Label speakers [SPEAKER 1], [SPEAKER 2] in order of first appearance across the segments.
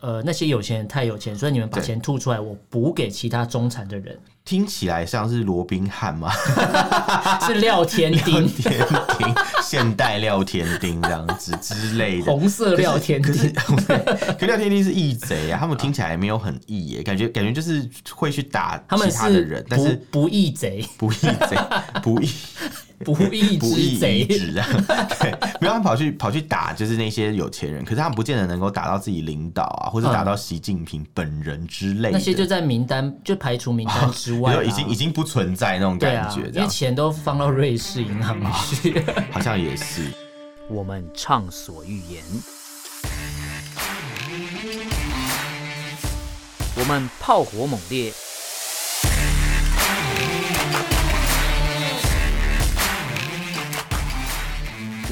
[SPEAKER 1] 呃那些有钱人太有钱，所以你们把钱吐出来，我补给其他中产的 人，
[SPEAKER 2] 听起来像是罗宾汉 嘛，
[SPEAKER 1] 是廖天丁
[SPEAKER 2] 廖，天丁，现代廖天丁这样子之类的。
[SPEAKER 1] 红色廖天
[SPEAKER 2] 可是，
[SPEAKER 1] 丁。
[SPEAKER 2] 对可廖天丁是义贼啊，他们听起来没有很义耶，感觉感觉就是会去打
[SPEAKER 1] 他们
[SPEAKER 2] 其他的人，但是
[SPEAKER 1] 不不义 贼，
[SPEAKER 2] 不义 贼，不义
[SPEAKER 1] 不义
[SPEAKER 2] 不义
[SPEAKER 1] 之贼，
[SPEAKER 2] 遗址啊，对，没有他们跑去跑去打，就是那些有钱人，可是他们不见得能够打到自己领导啊，或者打到习近平本人之类的，
[SPEAKER 1] 嗯那些就在名单就排除名单之外
[SPEAKER 2] 你
[SPEAKER 1] 啦，
[SPEAKER 2] 说已经已经不存在那种
[SPEAKER 1] 对
[SPEAKER 2] 感
[SPEAKER 1] 啊
[SPEAKER 2] 觉，，这
[SPEAKER 1] 因为
[SPEAKER 2] 样、
[SPEAKER 1] 钱都放到瑞士银行去。
[SPEAKER 2] 好像也是。
[SPEAKER 3] 我们畅所欲言；我们炮火猛烈；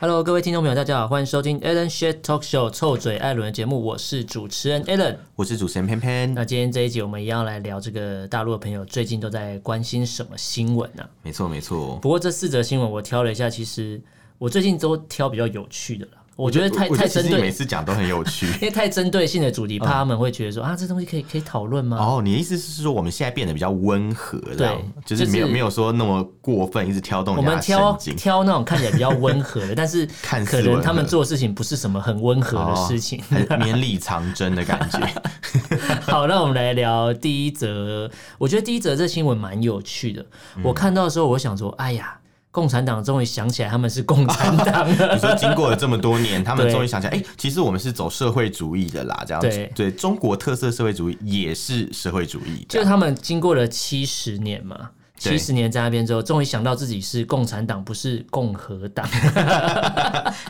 [SPEAKER 1] Hello，各位听众朋友，大家好，欢迎收听 Alan Shit Talk Show 臭嘴艾伦的节目，我是主持人 Alan。
[SPEAKER 2] 我是主持人偏偏
[SPEAKER 1] 那，今天这一集我们一样来聊这个大陆的朋友最近都在关心什么新闻呢、
[SPEAKER 2] 没错没错。
[SPEAKER 1] 不过这四则新闻我挑了一下，其实我最近都挑比较有趣的啦，我觉得太
[SPEAKER 2] 我
[SPEAKER 1] 太
[SPEAKER 2] 觉得其
[SPEAKER 1] 针
[SPEAKER 2] 实你每
[SPEAKER 1] 对，
[SPEAKER 2] 次讲都很 有趣。
[SPEAKER 1] 因为太针对性的主题，怕他们会觉得说、啊，这东西可以可以讨论吗？
[SPEAKER 2] 哦，你的意思是说我们现在变得比较温和，这样
[SPEAKER 1] 对
[SPEAKER 2] 就是没
[SPEAKER 1] 就
[SPEAKER 2] 有
[SPEAKER 1] 是
[SPEAKER 2] 没有说那么过分，一直挑动
[SPEAKER 1] 我
[SPEAKER 2] 人家
[SPEAKER 1] 们
[SPEAKER 2] 的
[SPEAKER 1] 挑
[SPEAKER 2] 神经。
[SPEAKER 1] 挑那种看起来比较温和的，但是
[SPEAKER 2] 看似
[SPEAKER 1] 可能
[SPEAKER 2] 温
[SPEAKER 1] 他们
[SPEAKER 2] 和
[SPEAKER 1] 做的事情不是什么很温和的事情。
[SPEAKER 2] 哦 很绵里藏针的感觉。
[SPEAKER 1] 好，那我们来聊第一则。我觉得第一则这新闻蛮有趣的。我看到的时候，我想说，哎呀，共产党终于想起来他们是共产党
[SPEAKER 2] 你
[SPEAKER 1] 了。
[SPEAKER 2] 说经过了这么多年，他们
[SPEAKER 1] 对
[SPEAKER 2] 终于想起来，哎、其实我们是走社会主义的啦，这样
[SPEAKER 1] 对
[SPEAKER 2] 对，中国特色社会主义也是社会主义，
[SPEAKER 1] 就是他们经过了七十年嘛。
[SPEAKER 2] 对
[SPEAKER 1] 七十年在那边之后，终于想到自己是共产党，不是共和党。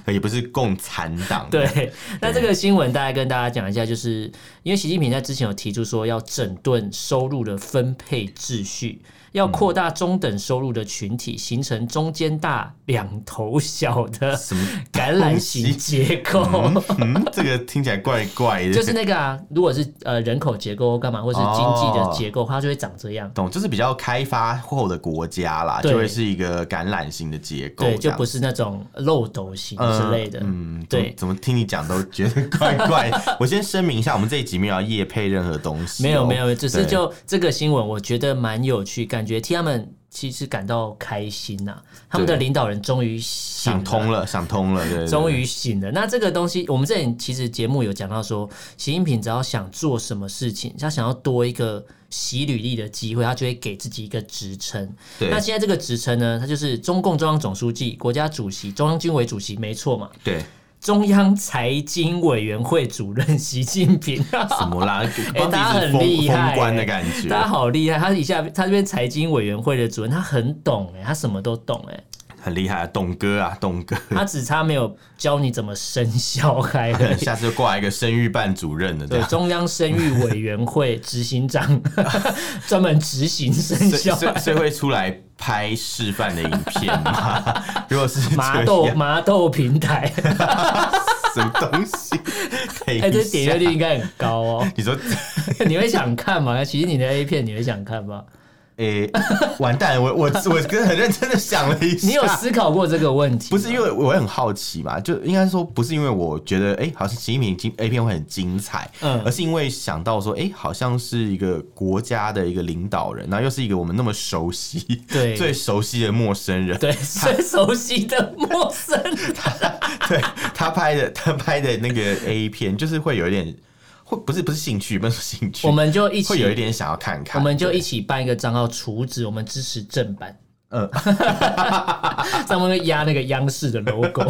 [SPEAKER 2] 他也不是共产党，
[SPEAKER 1] 对，那这个新闻大概跟大家讲一下，就是因为习近平在之前有提出说要整顿收入的分配秩序，要扩大中等收入的群体，形成中间大两头小的
[SPEAKER 2] 什么
[SPEAKER 1] 橄榄型结构。
[SPEAKER 2] 嗯，这个听起来怪怪的，
[SPEAKER 1] 就是那个啊，如果是呃人口结构干嘛，或是经济的结构，它就会长这样。
[SPEAKER 2] 懂，就是比较开发后的国家啦，
[SPEAKER 1] 对
[SPEAKER 2] 就会是一个橄榄型的结构，
[SPEAKER 1] 对，就不
[SPEAKER 2] 是。
[SPEAKER 1] 是那种漏斗型
[SPEAKER 2] 呃
[SPEAKER 1] 之类的。
[SPEAKER 2] 嗯，怎么
[SPEAKER 1] 对，
[SPEAKER 2] 怎么听你讲都觉得怪怪。我先声明一下，我们这一集没有要夜配任何东西哦、
[SPEAKER 1] 没有没有，只是
[SPEAKER 2] 对
[SPEAKER 1] 就这个新闻，我觉得蛮有趣，感觉替他们其实感到开心呐、他们的
[SPEAKER 2] 对
[SPEAKER 1] 领导人终于醒
[SPEAKER 2] 想通
[SPEAKER 1] 了。
[SPEAKER 2] 了，想通了，对对对
[SPEAKER 1] 终于醒了。那这个东西，我们之前其实节目有讲到说，习近平只要想做什么事情，他想要多一个洗履历的机会，他就会给自己一个职称。
[SPEAKER 2] 对
[SPEAKER 1] 那现在这个职称呢，它就是中共中央总书记、国家主席、中央军委主席，没错嘛。
[SPEAKER 2] 对
[SPEAKER 1] 中央财经委员会主任习近平，
[SPEAKER 2] 怎么啦？
[SPEAKER 1] 啊哎
[SPEAKER 2] 帮
[SPEAKER 1] 大家
[SPEAKER 2] 自己
[SPEAKER 1] 很
[SPEAKER 2] 封
[SPEAKER 1] 厉害
[SPEAKER 2] 封关
[SPEAKER 1] 欸
[SPEAKER 2] 的感觉，
[SPEAKER 1] 大家好厉害！他一下他这边财经委员会的主任，他很懂哎、他什么都懂哎、
[SPEAKER 2] 很厉害、啊，董哥啊，董哥，
[SPEAKER 1] 他只差没有教你怎么生小孩而 已。
[SPEAKER 2] 下次就挂一个生育办主任的这
[SPEAKER 1] 对，
[SPEAKER 2] 样。
[SPEAKER 1] 中央生育委员会执行长专门执行生
[SPEAKER 2] 所
[SPEAKER 1] 肖
[SPEAKER 2] 以所以所以会出来拍示范的影片 吗？如果是这
[SPEAKER 1] 麻
[SPEAKER 2] 样
[SPEAKER 1] 豆麻豆平台，
[SPEAKER 2] 什么东西？等一
[SPEAKER 1] 哎，这
[SPEAKER 2] 下
[SPEAKER 1] 点阅率应该很高哦。
[SPEAKER 2] 你说，
[SPEAKER 1] 你会想看吗？其实你的 A 片你会想看吗？
[SPEAKER 2] 诶、完蛋了！我我我跟很认真的想了一下，
[SPEAKER 1] 你有思考过这个问题？
[SPEAKER 2] 不是因为我很好奇嘛，就应该说不是因为我觉得哎、诶好像习近平精 A 片会很精彩，
[SPEAKER 1] 嗯
[SPEAKER 2] 而是因为想到说哎、诶好像是一个国家的一个领导人，然后又是一个我们那么熟悉、
[SPEAKER 1] 对
[SPEAKER 2] 最熟悉的陌生人，
[SPEAKER 1] 对最熟悉的陌生人，
[SPEAKER 2] 对他拍的他拍的那个 A 片，就是会有一点，会不是不是兴趣，不是说兴趣，
[SPEAKER 1] 我们就一
[SPEAKER 2] 会有一
[SPEAKER 1] 起，
[SPEAKER 2] 点想要看看，
[SPEAKER 1] 我们就一起办一个账号，厨子，我们支持正版。
[SPEAKER 2] 嗯
[SPEAKER 1] 上面会压那个央视的 logo，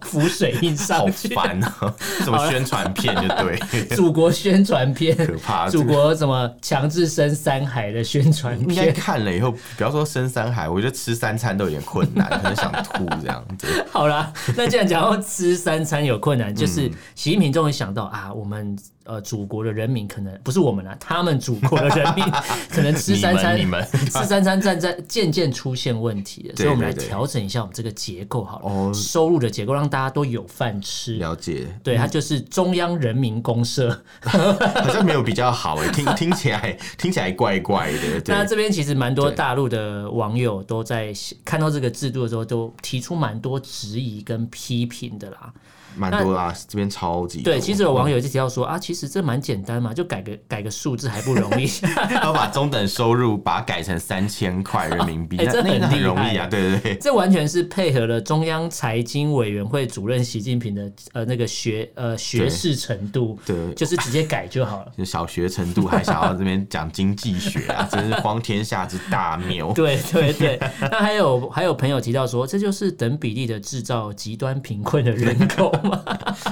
[SPEAKER 1] 浮水印
[SPEAKER 2] 好
[SPEAKER 1] 上去，
[SPEAKER 2] 烦哦、 什么宣传片就对，
[SPEAKER 1] 祖国宣传片，
[SPEAKER 2] 可怕，
[SPEAKER 1] 祖国什么强制生三孩的宣传
[SPEAKER 2] 应该
[SPEAKER 1] 片，
[SPEAKER 2] 看了以后，不要说深山海，我觉得吃三餐都有点困难，很想吐这样子。
[SPEAKER 1] 好啦，那既然讲到吃三餐有困难，就是
[SPEAKER 2] 嗯
[SPEAKER 1] 习近平终于想到啊，我们呃祖国的人民可 能不是我们啦，他们祖国的人民 可能吃三餐，
[SPEAKER 2] 你们你们
[SPEAKER 1] 吃三餐站在渐渐渐出现问题了，
[SPEAKER 2] 对
[SPEAKER 1] 所以我们来
[SPEAKER 2] 对对
[SPEAKER 1] 调整一下我们这个结构好
[SPEAKER 2] 哦
[SPEAKER 1] 了，收入的结构让大家都有饭吃。
[SPEAKER 2] 了解，嗯
[SPEAKER 1] 对，它就是中央人民公社。
[SPEAKER 2] 好像没有比较好 哎，听听起来听起来怪怪的，
[SPEAKER 1] 那
[SPEAKER 2] 对，
[SPEAKER 1] 这边其实蛮多
[SPEAKER 2] 对
[SPEAKER 1] 大陆的网友都在看到这个制度的时候，都提出蛮多质疑跟批评的啦。
[SPEAKER 2] 蛮多啦，这边超级
[SPEAKER 1] 对，
[SPEAKER 2] 多
[SPEAKER 1] 其实有网友就提到说啊，其实这蛮简单嘛，就改个改个数字还不容易。
[SPEAKER 2] 要把中等收入把它改成三千块人民币，
[SPEAKER 1] 哎
[SPEAKER 2] 那
[SPEAKER 1] 这
[SPEAKER 2] 那
[SPEAKER 1] 很
[SPEAKER 2] 那很
[SPEAKER 1] 厉
[SPEAKER 2] 容
[SPEAKER 1] 害
[SPEAKER 2] 易啊，对对对。
[SPEAKER 1] 这完全是配合了中央财经委员会主任习近平的呃那个学呃学士程度，
[SPEAKER 2] 对。
[SPEAKER 1] 就是直接改就好了
[SPEAKER 2] 就小学程度还想要这边讲经济学啊，真是荒天下之大谬。
[SPEAKER 1] 对对对，那还有还有朋友提到说，这就是等比例的制造极端贫困的人口 嘛，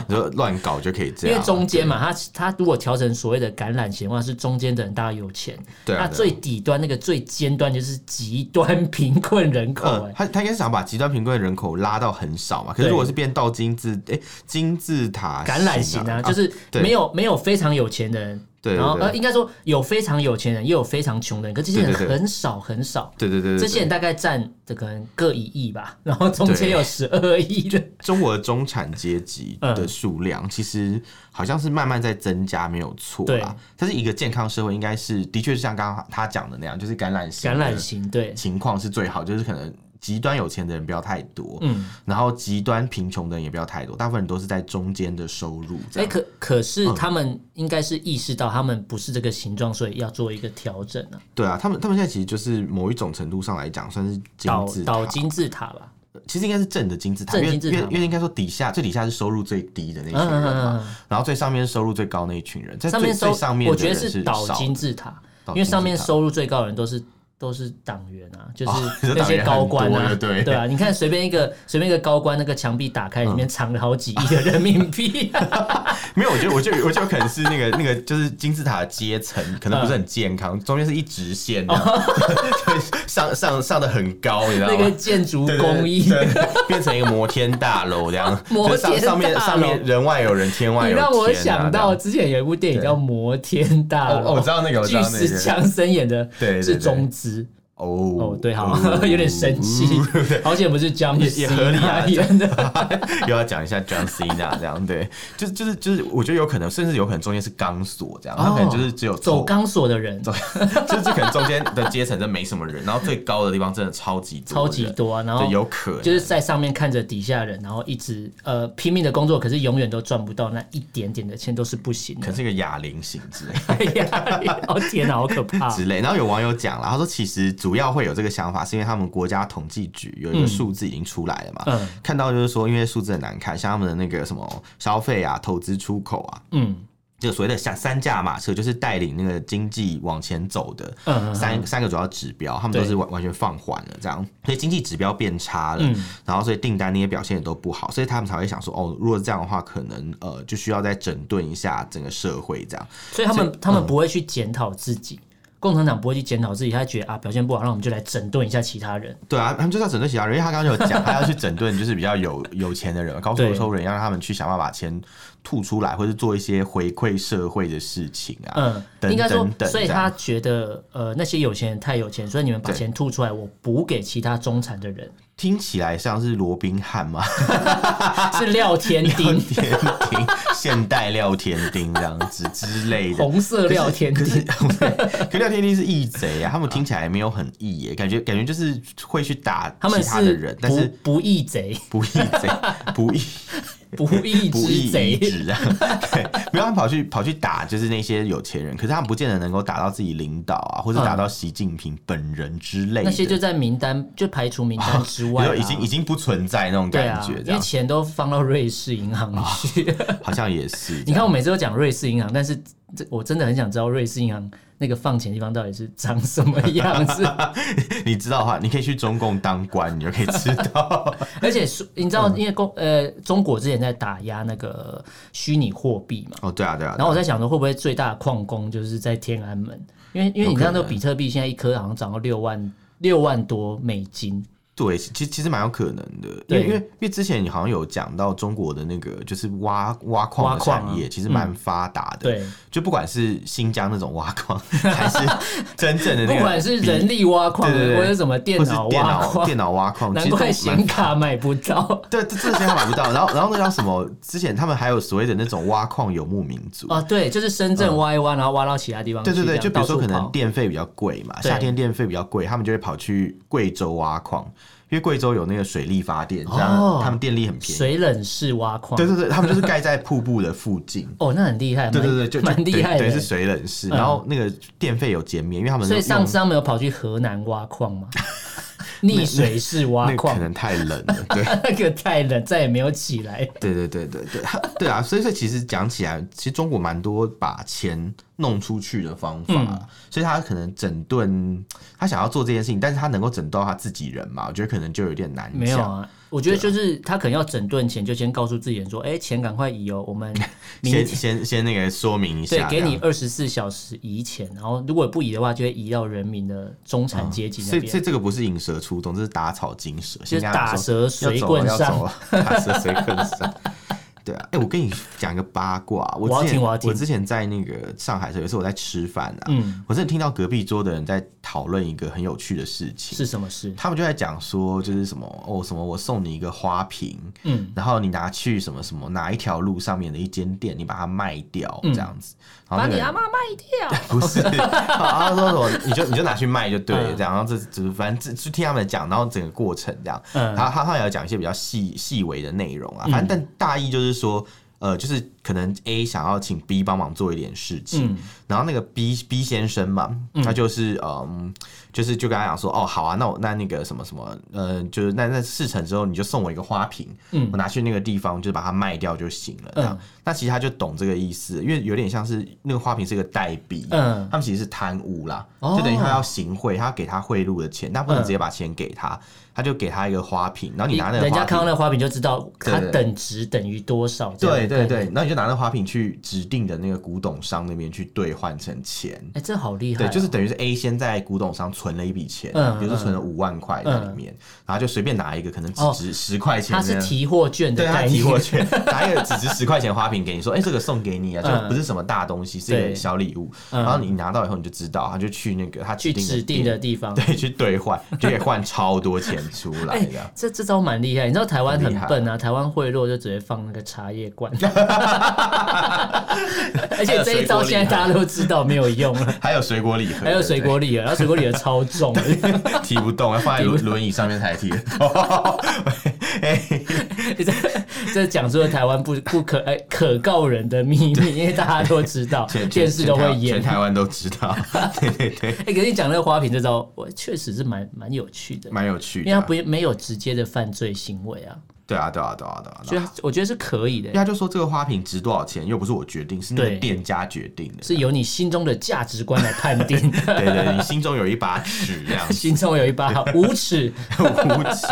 [SPEAKER 2] 你说乱搞就可以这
[SPEAKER 1] 因
[SPEAKER 2] 样，
[SPEAKER 1] 为中间嘛，他他如果调成所谓的橄榄钱的话，是中间的人大家有钱，
[SPEAKER 2] 对啊
[SPEAKER 1] 那
[SPEAKER 2] 对啊
[SPEAKER 1] 最底端那个最尖端就是极端 贫困人口、
[SPEAKER 2] 呃
[SPEAKER 1] 哎，
[SPEAKER 2] 他他应该是想把极端贫困的人口拉到很少嘛。可是
[SPEAKER 1] 对
[SPEAKER 2] 如果是变到金字，哎、金字塔
[SPEAKER 1] 橄榄型啊，就是
[SPEAKER 2] 对
[SPEAKER 1] 没有没有非常有钱的人，
[SPEAKER 2] 对
[SPEAKER 1] 然后
[SPEAKER 2] 对对
[SPEAKER 1] 呃，应该说有非常有钱人，也有非常穷的人，可这些人
[SPEAKER 2] 对对对
[SPEAKER 1] 很少很少，
[SPEAKER 2] 对对对对
[SPEAKER 1] 这
[SPEAKER 2] 对，
[SPEAKER 1] 些人大概占这可能各一亿吧， 然后中间
[SPEAKER 2] 对
[SPEAKER 1] 有十二亿 人，
[SPEAKER 2] 中国的中产阶级
[SPEAKER 1] 嗯
[SPEAKER 2] 的数量其实好像是慢慢在增加，没有错
[SPEAKER 1] 对
[SPEAKER 2] 啦。但是一个健康社会应该是，的确是像刚刚他讲的那样，就是橄榄型
[SPEAKER 1] 橄
[SPEAKER 2] 的
[SPEAKER 1] 榄型对，
[SPEAKER 2] 情况是最好，就是可能极端有钱的人不要太多，
[SPEAKER 1] 嗯，
[SPEAKER 2] 然后极端贫穷的人也不要太多，大部分人都是在中间的收入这
[SPEAKER 1] 哎，
[SPEAKER 2] 样。
[SPEAKER 1] 可可
[SPEAKER 2] 嗯
[SPEAKER 1] 是他们应该是意识到他们不是这个形状，所以要做一个调整啊，
[SPEAKER 2] 对啊，他们他们现在其实就是某一种程度上来讲，算是金
[SPEAKER 1] 倒
[SPEAKER 2] 字塔
[SPEAKER 1] 倒，金字塔吧，
[SPEAKER 2] 其实应该是正的金字塔，
[SPEAKER 1] 正
[SPEAKER 2] 因为
[SPEAKER 1] 金字
[SPEAKER 2] 因
[SPEAKER 1] 塔
[SPEAKER 2] 为
[SPEAKER 1] 嘛
[SPEAKER 2] 因为应该说底下最底下是收入最低的那一群
[SPEAKER 1] 嗯嗯
[SPEAKER 2] 人
[SPEAKER 1] 嗯
[SPEAKER 2] 嘛，
[SPEAKER 1] 嗯
[SPEAKER 2] 然后最上面是收入最高那一群人，在
[SPEAKER 1] 嗯，上
[SPEAKER 2] 最
[SPEAKER 1] 面收
[SPEAKER 2] 最上面
[SPEAKER 1] 我
[SPEAKER 2] 的
[SPEAKER 1] 觉得
[SPEAKER 2] 人
[SPEAKER 1] 是
[SPEAKER 2] 少
[SPEAKER 1] 倒
[SPEAKER 2] 的
[SPEAKER 1] 金字塔，
[SPEAKER 2] 倒
[SPEAKER 1] 因为上
[SPEAKER 2] 金
[SPEAKER 1] 面
[SPEAKER 2] 字塔哦
[SPEAKER 1] 收入最高的人都是都是党员啊，就是
[SPEAKER 2] 你
[SPEAKER 1] 那
[SPEAKER 2] 说党
[SPEAKER 1] 些
[SPEAKER 2] 员
[SPEAKER 1] 高
[SPEAKER 2] 很
[SPEAKER 1] 官啊，
[SPEAKER 2] 多就对
[SPEAKER 1] 啊，你看随便一个随便一个高官，那个墙壁打开，里
[SPEAKER 2] 嗯
[SPEAKER 1] 面藏了好几亿的人民 币、
[SPEAKER 2] 没有，我觉得，我觉得，我觉得可能是那个那个，就是金字塔的阶层可能不
[SPEAKER 1] 嗯
[SPEAKER 2] 是很健康，中间是一直线这样，就是 上上上的很高，你知道
[SPEAKER 1] 哦那个
[SPEAKER 2] 吗？
[SPEAKER 1] 建筑
[SPEAKER 2] 对对
[SPEAKER 1] 工艺。
[SPEAKER 2] 对对变成一个摩天大楼这样，
[SPEAKER 1] 摩
[SPEAKER 2] 就是上
[SPEAKER 1] 天
[SPEAKER 2] 上面
[SPEAKER 1] 大楼
[SPEAKER 2] 上面人外有人，天 外
[SPEAKER 1] 你
[SPEAKER 2] 有天、啊。
[SPEAKER 1] 让我想
[SPEAKER 2] 这
[SPEAKER 1] 到
[SPEAKER 2] 样
[SPEAKER 1] 之前有一部电影叫《摩天大楼》，
[SPEAKER 2] 哦哦我知道那个我知
[SPEAKER 1] 巨
[SPEAKER 2] 道那个
[SPEAKER 1] 石强森演的，
[SPEAKER 2] 对对
[SPEAKER 1] 是
[SPEAKER 2] 对
[SPEAKER 1] 中资
[SPEAKER 2] 哦
[SPEAKER 1] 哦，对，好， 有点生气，好险不是江
[SPEAKER 2] 也也合理啊
[SPEAKER 1] 演的，
[SPEAKER 2] 又要讲一下 John Cena 这样，对，就是就是就是，我觉得有可能，甚至有可能中间是钢索这样，他可能就是只有
[SPEAKER 1] 哦走
[SPEAKER 2] 头
[SPEAKER 1] 钢索的人
[SPEAKER 2] 就是可能中间的阶层真没什么人，然后最高的地方真的超级多
[SPEAKER 1] 超级
[SPEAKER 2] 人，
[SPEAKER 1] 多啊，然后
[SPEAKER 2] 对，有可能
[SPEAKER 1] 就是在上面看着底下人，然后一直呃拼命的工作，可是永远都赚不到那一点点的钱，都是不行的
[SPEAKER 2] 可能。是一个哑铃型之类
[SPEAKER 1] 哎呀，哦天哪，好可怕！
[SPEAKER 2] 之类。然后有网友讲了，他说其实主要会有这个想法，是因为他们国家统计局有一个数字已经出来了嘛，
[SPEAKER 1] 嗯
[SPEAKER 2] 看到就是说，因为数字很难看，像他们的那个什么消费啊、投资、出口啊，
[SPEAKER 1] 嗯
[SPEAKER 2] 就所谓的像三驾马车，就是带领那个经济往前走的
[SPEAKER 1] 嗯嗯
[SPEAKER 2] 三三个主要指标，他们
[SPEAKER 1] 对嗯
[SPEAKER 2] 都是完完全放缓了这样，所以经济指标变差了，然后所以订单那些表现也都不好，所以他们才会想说，哦，如果这样的话，可能呃就需要再整顿一下整个社会这样。
[SPEAKER 1] 所以他们他们不会去检讨自己，共产党不会去检讨自己，他觉得啊表现不好，那我们就来整顿一下其他人。
[SPEAKER 2] 对啊，他们就是要整顿其他人，因为他刚刚就有讲，他要去整顿就是比较有 有钱的人，高收
[SPEAKER 1] 对
[SPEAKER 2] 收入人，要让他们去想办法把钱吐出来，或是做一些回馈社会的事情啊。
[SPEAKER 1] 嗯，
[SPEAKER 2] 等
[SPEAKER 1] 应该说
[SPEAKER 2] 等，等
[SPEAKER 1] 所以
[SPEAKER 2] 这样
[SPEAKER 1] 他觉得呃那些有钱人太有钱，所以你们把
[SPEAKER 2] 对
[SPEAKER 1] 钱吐出来，我补给其他中产的 人，
[SPEAKER 2] 听起来像是罗宾汉嘛，
[SPEAKER 1] 是廖天
[SPEAKER 2] 廖
[SPEAKER 1] 丁，
[SPEAKER 2] 天丁，现代廖天丁这样子之类的。
[SPEAKER 1] 红色廖天
[SPEAKER 2] 可是，
[SPEAKER 1] 丁。
[SPEAKER 2] 可是廖天丁是义贼啊，他们听起来没有很义耶，感觉感觉就是会去打
[SPEAKER 1] 他们
[SPEAKER 2] 其他的人，但
[SPEAKER 1] 不
[SPEAKER 2] 是
[SPEAKER 1] 不义贼，
[SPEAKER 2] 不义贼，不义
[SPEAKER 1] 不义
[SPEAKER 2] 不义
[SPEAKER 1] 之贼
[SPEAKER 2] 遗，址啊，对，不要跑去跑去打，就是那些有钱人，可是他们不见得能够打到自己领导啊，或者打到习近平本人之类的，
[SPEAKER 1] 嗯那些就在名单就排除名单之外 啦、
[SPEAKER 2] 已经已经不存在那种
[SPEAKER 1] 对
[SPEAKER 2] 感
[SPEAKER 1] 啊
[SPEAKER 2] 觉，，这
[SPEAKER 1] 因为
[SPEAKER 2] 样、
[SPEAKER 1] 钱都放到瑞士银行里 去。
[SPEAKER 2] 好像也是。
[SPEAKER 1] 你看，我每次都讲瑞士银行，但是这我真的很想知道瑞士银行那个放钱的地方到底是长什么样 子。
[SPEAKER 2] 你知道的话，你可以去中共当官，你就可以知道。
[SPEAKER 1] 而且说你知道，
[SPEAKER 2] 嗯
[SPEAKER 1] 因为公呃中国之前在打压那个虚拟货币嘛，
[SPEAKER 2] 哦，对啊，对啊，
[SPEAKER 1] 然后我在想说，会不会最大的矿工就是在天安门？因为因为你知道，那个比特币现在一颗好像涨到六万六万多美金，
[SPEAKER 2] 对，其其实蛮有可能的，因
[SPEAKER 1] 对
[SPEAKER 2] 为因为因为之前你好像有讲到中国的那个就是挖挖矿
[SPEAKER 1] 挖
[SPEAKER 2] 的
[SPEAKER 1] 矿啊
[SPEAKER 2] 产业，其实蛮发达的。
[SPEAKER 1] 对，
[SPEAKER 2] 就不管是新疆那种挖矿，还是真正的那
[SPEAKER 1] 不
[SPEAKER 2] 个，
[SPEAKER 1] 管是人力挖矿，啊
[SPEAKER 2] 对对对
[SPEAKER 1] 或者什么电
[SPEAKER 2] 或是
[SPEAKER 1] 脑
[SPEAKER 2] 电
[SPEAKER 1] 挖
[SPEAKER 2] 脑电
[SPEAKER 1] 矿，
[SPEAKER 2] 脑挖矿，其
[SPEAKER 1] 难
[SPEAKER 2] 实都
[SPEAKER 1] 怪
[SPEAKER 2] 蛮
[SPEAKER 1] 显卡买不到
[SPEAKER 2] 对，这这些还买不到。然后，然后那叫什么？之前他们还有所谓的那种挖矿游牧民族。
[SPEAKER 1] 哦。对，就是深圳挖一挖，然后挖到其他地方去，
[SPEAKER 2] 嗯对对对，
[SPEAKER 1] 这样
[SPEAKER 2] 就比如说
[SPEAKER 1] 到
[SPEAKER 2] 可
[SPEAKER 1] 处
[SPEAKER 2] 能
[SPEAKER 1] 跑
[SPEAKER 2] 电费比较贵嘛，
[SPEAKER 1] 对
[SPEAKER 2] 夏天电费比较贵，他们就会跑去贵州挖矿，因为贵州有那个水力发电，这
[SPEAKER 1] 哦
[SPEAKER 2] 样他们电力很便宜。
[SPEAKER 1] 水冷式挖矿，
[SPEAKER 2] 对对对，他们就是盖在瀑布的附 近。
[SPEAKER 1] 哦，那很厉害，
[SPEAKER 2] 对
[SPEAKER 1] 蛮
[SPEAKER 2] 对对，就就
[SPEAKER 1] 蛮厉害
[SPEAKER 2] 对，
[SPEAKER 1] 的
[SPEAKER 2] 对。是水冷式，
[SPEAKER 1] 嗯
[SPEAKER 2] 然后那个电费有减免，因为他们
[SPEAKER 1] 所以
[SPEAKER 2] 用
[SPEAKER 1] 上次他们有跑去河南挖矿 吗？溺水式挖
[SPEAKER 2] 那个
[SPEAKER 1] 矿
[SPEAKER 2] 可，能太冷了，对。
[SPEAKER 1] 那个太冷，再也没有起来。
[SPEAKER 2] 对对对对对，对啊，所以所以其实讲起来，其实中国蛮多把钱弄出去的方法，
[SPEAKER 1] 嗯
[SPEAKER 2] 所以他可能整顿，他想要做这件事情，但是他能够整到他自己人嘛，我觉得可能就有点难
[SPEAKER 1] 没有
[SPEAKER 2] 讲。
[SPEAKER 1] 啊，我觉得就是他可能要整顿前，就先告诉自己人说：“哎、钱赶快移哦，我 们明
[SPEAKER 2] 先
[SPEAKER 1] 天
[SPEAKER 2] 先先那个说明一
[SPEAKER 1] 对
[SPEAKER 2] 下，
[SPEAKER 1] 给你
[SPEAKER 2] 这样。
[SPEAKER 1] 二十四小时移钱，然后如果不移的话，就会移到人民的中产阶级
[SPEAKER 2] 哦
[SPEAKER 1] 那
[SPEAKER 2] 所以，所
[SPEAKER 1] 边。
[SPEAKER 2] 以这个不是引蛇出洞，这是打草惊蛇，
[SPEAKER 1] 就是
[SPEAKER 2] 先跟他
[SPEAKER 1] 打蛇
[SPEAKER 2] 说
[SPEAKER 1] 随棍
[SPEAKER 2] 要
[SPEAKER 1] 上
[SPEAKER 2] 走了， 要走了打蛇随棍上。对啊，哎、我跟你讲个八卦，我
[SPEAKER 1] 我要
[SPEAKER 2] 之前
[SPEAKER 1] 听我要听
[SPEAKER 2] 之前在那个上海的时候，有一次我在吃饭啊，
[SPEAKER 1] 嗯，
[SPEAKER 2] 我真的听到隔壁桌的人在讨论一个很有趣的事情，
[SPEAKER 1] 是什么事？
[SPEAKER 2] 他们就在讲说，就是什么哦，什么我送你一个花瓶，
[SPEAKER 1] 嗯，
[SPEAKER 2] 然后你拿去什么什么哪一条路上面的一间店，你把它卖掉
[SPEAKER 1] 嗯
[SPEAKER 2] 这样子，
[SPEAKER 1] 把
[SPEAKER 2] 然后那
[SPEAKER 1] 你
[SPEAKER 2] 个
[SPEAKER 1] 阿
[SPEAKER 2] 人
[SPEAKER 1] 妈卖 掉。
[SPEAKER 2] 不是，然后说什么你就你就拿去卖就对了，
[SPEAKER 1] 嗯
[SPEAKER 2] 这样，然后这这反正就就听他们讲，然后整个过程这样，
[SPEAKER 1] 嗯
[SPEAKER 2] 他他他也有讲一些比较细细微的内容啊，反正但大意就是说。呃，就是可能 A 想要请 B 帮忙做一点事情，
[SPEAKER 1] 嗯
[SPEAKER 2] 然后那个 B B 先生嘛，他就是嗯，就是就跟他讲说，哦，好啊，那我那那个什么什么，呃，就是那那事成之后，你就送我一个花瓶，
[SPEAKER 1] 嗯
[SPEAKER 2] 我拿去那个地方，就把它卖掉就行了。这样，
[SPEAKER 1] 嗯
[SPEAKER 2] 那其实他就懂这个意思，因为有点像是那个花瓶是一个代币，
[SPEAKER 1] 嗯
[SPEAKER 2] 他们其实是贪污啦，
[SPEAKER 1] 哦嗯
[SPEAKER 2] 就等于他要行贿，他要给他贿赂的钱，他不能直接把钱给他，他就给他一个花瓶，然后你拿那个
[SPEAKER 1] 人
[SPEAKER 2] 花
[SPEAKER 1] 家看到
[SPEAKER 2] 瓶。
[SPEAKER 1] 那花瓶就知道它
[SPEAKER 2] 对对
[SPEAKER 1] 等值等于多少。这样
[SPEAKER 2] 对
[SPEAKER 1] 的
[SPEAKER 2] 对
[SPEAKER 1] 概
[SPEAKER 2] 对，
[SPEAKER 1] 念，
[SPEAKER 2] 然后你就拿那花瓶去指定的那个古董商那边去兑换成钱，
[SPEAKER 1] 哎、这好厉害哦、
[SPEAKER 2] 对，就是等于是 A 先在古董商存了一笔钱，
[SPEAKER 1] 嗯
[SPEAKER 2] 比如说存了五万块在里面，然后就随便拿一个可能只
[SPEAKER 1] 哦
[SPEAKER 2] 值十块钱
[SPEAKER 1] 它
[SPEAKER 2] 的，
[SPEAKER 1] 是提货券的
[SPEAKER 2] 对他
[SPEAKER 1] 概
[SPEAKER 2] 提过
[SPEAKER 1] 念。
[SPEAKER 2] 去，拿一个只值十块钱花瓶给你，说，哎、这个送给你啊，
[SPEAKER 1] 嗯
[SPEAKER 2] 就不是什么大东西，是一
[SPEAKER 1] 对
[SPEAKER 2] 个小礼物。
[SPEAKER 1] 嗯
[SPEAKER 2] 然后你拿到以后，你就知道，他就去那个他
[SPEAKER 1] 去
[SPEAKER 2] 定
[SPEAKER 1] 指定
[SPEAKER 2] 店
[SPEAKER 1] 的地方，
[SPEAKER 2] 对去兑换，就可以换超多钱出来
[SPEAKER 1] 哎、
[SPEAKER 2] 这样。
[SPEAKER 1] 这这招蛮厉害。你知道台湾
[SPEAKER 2] 很
[SPEAKER 1] 很
[SPEAKER 2] 厉害
[SPEAKER 1] 笨啊，台湾贿赂就只会放那个茶叶 罐，而且这一招现在大家都知道没有用 了。
[SPEAKER 2] 还有水果礼盒，
[SPEAKER 1] 还有水果礼盒，然后水果礼盒超重 的，
[SPEAKER 2] 对提不动，要 放在轮轮椅上面才提。
[SPEAKER 1] 这这讲出了台湾不不可哎可告人的秘密，因为大家都知道，
[SPEAKER 2] 全
[SPEAKER 1] 电视都会演
[SPEAKER 2] 全。台湾都知道。 对对对，
[SPEAKER 1] 哎，可是你讲那个花瓶这招，我确实是蛮蛮有趣的，
[SPEAKER 2] 蛮有趣
[SPEAKER 1] 因
[SPEAKER 2] 的
[SPEAKER 1] 为
[SPEAKER 2] 啊。
[SPEAKER 1] 它不没有直接的犯罪行为啊，
[SPEAKER 2] 对啊，对啊，对啊，对啊。
[SPEAKER 1] 所
[SPEAKER 2] 对
[SPEAKER 1] 以
[SPEAKER 2] 啊
[SPEAKER 1] 它我觉得是可以的
[SPEAKER 2] 因为，他就说这个花瓶值多少钱，又不是我决定，是那个
[SPEAKER 1] 对
[SPEAKER 2] 店家决定的。
[SPEAKER 1] 是由你心中的价值观来判定。
[SPEAKER 2] 对对，你心中有一把尺这样子。
[SPEAKER 1] 心中有一把无耻。
[SPEAKER 2] 无耻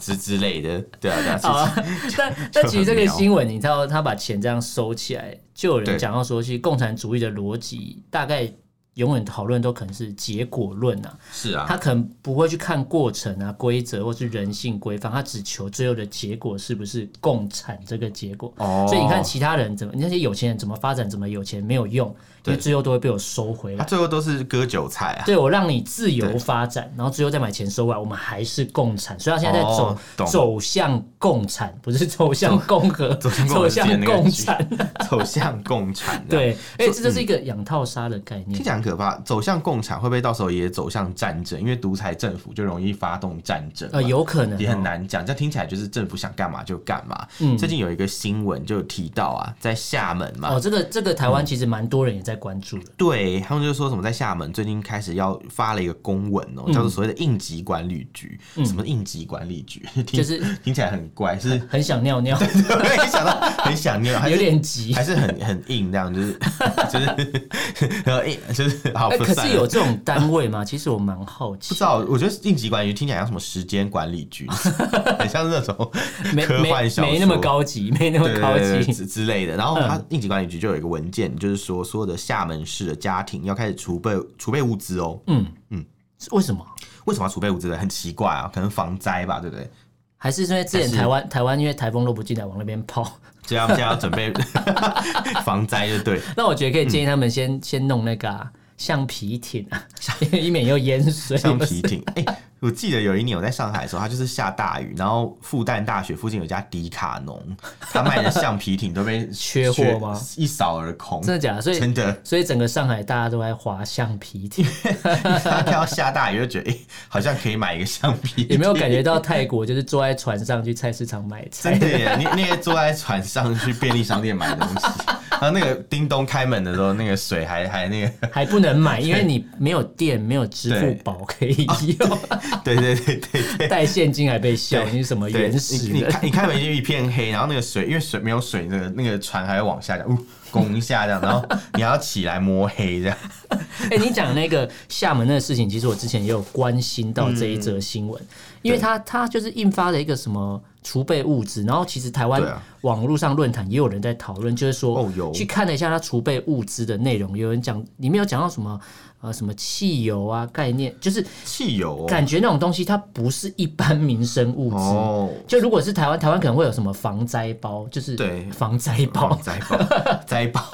[SPEAKER 2] 之之类的，对啊，对啊，
[SPEAKER 1] 好
[SPEAKER 2] 其实
[SPEAKER 1] 啊，但但其实这个新闻，你知道他把钱这样收起来，就有人
[SPEAKER 2] 对
[SPEAKER 1] 讲到说，其实共产主义的逻辑大概永远讨论都可能是结果论啊，
[SPEAKER 2] 是啊，
[SPEAKER 1] 他可能不会去看过程啊、规则或是人性规范，他只求最后的结果是不是共产这个结果。
[SPEAKER 2] 哦
[SPEAKER 1] 所以你看其他人怎么，那些有钱人怎么发展，怎么有钱没有用，因为
[SPEAKER 2] 对
[SPEAKER 1] 最后都会被我收回
[SPEAKER 2] 他
[SPEAKER 1] 来。
[SPEAKER 2] 啊最后都是割韭菜 啊，
[SPEAKER 1] 对我让你自由
[SPEAKER 2] 对
[SPEAKER 1] 发展，然后最后再把钱收回来，我们还是共产。所以他现在在走、
[SPEAKER 2] 哦懂
[SPEAKER 1] 走向共产，不是走向共和，走
[SPEAKER 2] 向共和之
[SPEAKER 1] 向
[SPEAKER 2] 间那个
[SPEAKER 1] 共
[SPEAKER 2] 局
[SPEAKER 1] 产。
[SPEAKER 2] 走向共产，这
[SPEAKER 1] 对，
[SPEAKER 2] 样
[SPEAKER 1] 哎、这就是一
[SPEAKER 2] 嗯
[SPEAKER 1] 个养套杀的概念
[SPEAKER 2] 听。起来很可怕。走向共产会不会到时候也走向战争？因为独裁政府就容易发动战争嘛，
[SPEAKER 1] 呃，有可能、
[SPEAKER 2] 也很
[SPEAKER 1] 哦，
[SPEAKER 2] 难讲。这样听起来就是政府想干嘛就干嘛。
[SPEAKER 1] 嗯
[SPEAKER 2] 最近有一个新闻就有提到啊，在厦门嘛
[SPEAKER 1] 哦，，这个这个台湾
[SPEAKER 2] 嗯
[SPEAKER 1] 其实蛮多人也在关注的。
[SPEAKER 2] 对他们就说什么在厦门最近开始要发了一个公文哦、
[SPEAKER 1] 嗯
[SPEAKER 2] 叫做所谓的应急管理局，什么应急管理局， 听
[SPEAKER 1] 就是
[SPEAKER 2] 听起来很怪，是
[SPEAKER 1] 很想尿尿，
[SPEAKER 2] 没想到很想念，还
[SPEAKER 1] 有
[SPEAKER 2] 是
[SPEAKER 1] 点急。
[SPEAKER 2] 还是很很硬，这样就是就是 很硬，就是好
[SPEAKER 1] 哎、
[SPEAKER 2] 不
[SPEAKER 1] 可
[SPEAKER 2] 算
[SPEAKER 1] 是
[SPEAKER 2] 了
[SPEAKER 1] 有这种单位吗？其实我蛮好奇
[SPEAKER 2] 啊不，知道，我觉得应急管理局听起来像什么时间管理 局，很像是那种
[SPEAKER 1] 没
[SPEAKER 2] 科
[SPEAKER 1] 没
[SPEAKER 2] 幻小说
[SPEAKER 1] 没那么高级，没那么
[SPEAKER 2] 对对
[SPEAKER 1] 高
[SPEAKER 2] 对对
[SPEAKER 1] 级。
[SPEAKER 2] 之之类的。
[SPEAKER 1] 嗯
[SPEAKER 2] 然后他应急管理局就有一个文件，就是说所有的厦门市的家庭要开始储备储备物资哦。
[SPEAKER 1] 嗯嗯，为什么？
[SPEAKER 2] 为什么要储备物资呢？很奇怪啊，可能防灾吧，对不对？
[SPEAKER 1] 还是因为之前
[SPEAKER 2] 还是
[SPEAKER 1] 台湾台湾因为台风都不进来往那边跑，
[SPEAKER 2] 所以他们现在要 准备防灾，就对。
[SPEAKER 1] 那我觉得可以建议他们先、
[SPEAKER 2] 嗯
[SPEAKER 1] 先弄那个、啊、橡皮艇啊，因为以免又淹水。
[SPEAKER 2] 橡皮 艇，哎、我记得有一年我在上海的时候，它就是下大雨，然后复旦大学附近有一家迪卡侬，他卖的橡皮艇都被
[SPEAKER 1] 缺货吗？
[SPEAKER 2] 一扫而空，
[SPEAKER 1] 真的假的？所以
[SPEAKER 2] 真的
[SPEAKER 1] 所以整个上海大家都在划橡皮 艇，
[SPEAKER 2] 他看到下大雨就觉得，哎、好像可以买一个橡 皮艇。
[SPEAKER 1] 有没有感觉到泰国就是坐在船上去菜市场买
[SPEAKER 2] 真
[SPEAKER 1] 菜？
[SPEAKER 2] 的耶！你你也坐在船上去便利商店买东西，然后那个叮咚开门的时候，那个水还还那个，
[SPEAKER 1] 还不能买，因为你没有电，没有支付
[SPEAKER 2] 对
[SPEAKER 1] 宝可以用，
[SPEAKER 2] 对对对对对。
[SPEAKER 1] 带现金还被笑
[SPEAKER 2] 对
[SPEAKER 1] 你是什么
[SPEAKER 2] 对，
[SPEAKER 1] 原始
[SPEAKER 2] 你你
[SPEAKER 1] 人？
[SPEAKER 2] 看你开门就一片黑，然后那个水，因为水没有水，那个那个船还会往下这样，呜拱一下这样，然后你还要起来摸黑这样。
[SPEAKER 1] 哎、你讲那个厦门那个事情，其实我之前也有关心到这一
[SPEAKER 2] 嗯
[SPEAKER 1] 则新闻，因为它它就是印发了一个什么储备物资，然后其实台湾
[SPEAKER 2] 对啊
[SPEAKER 1] 网络上论坛也有人在讨论，就是说、
[SPEAKER 2] 哦有
[SPEAKER 1] 去看了一下它储备物资的内容，有人讲里面有讲到什么呃什么汽油啊概念，就是
[SPEAKER 2] 汽油
[SPEAKER 1] 感觉那种东西它不是一般民生物资。
[SPEAKER 2] 哦，
[SPEAKER 1] 就如果是台湾，台湾可能会有什么防灾包，就是
[SPEAKER 2] 对
[SPEAKER 1] 防灾包
[SPEAKER 2] 哦，，灾包灾 包，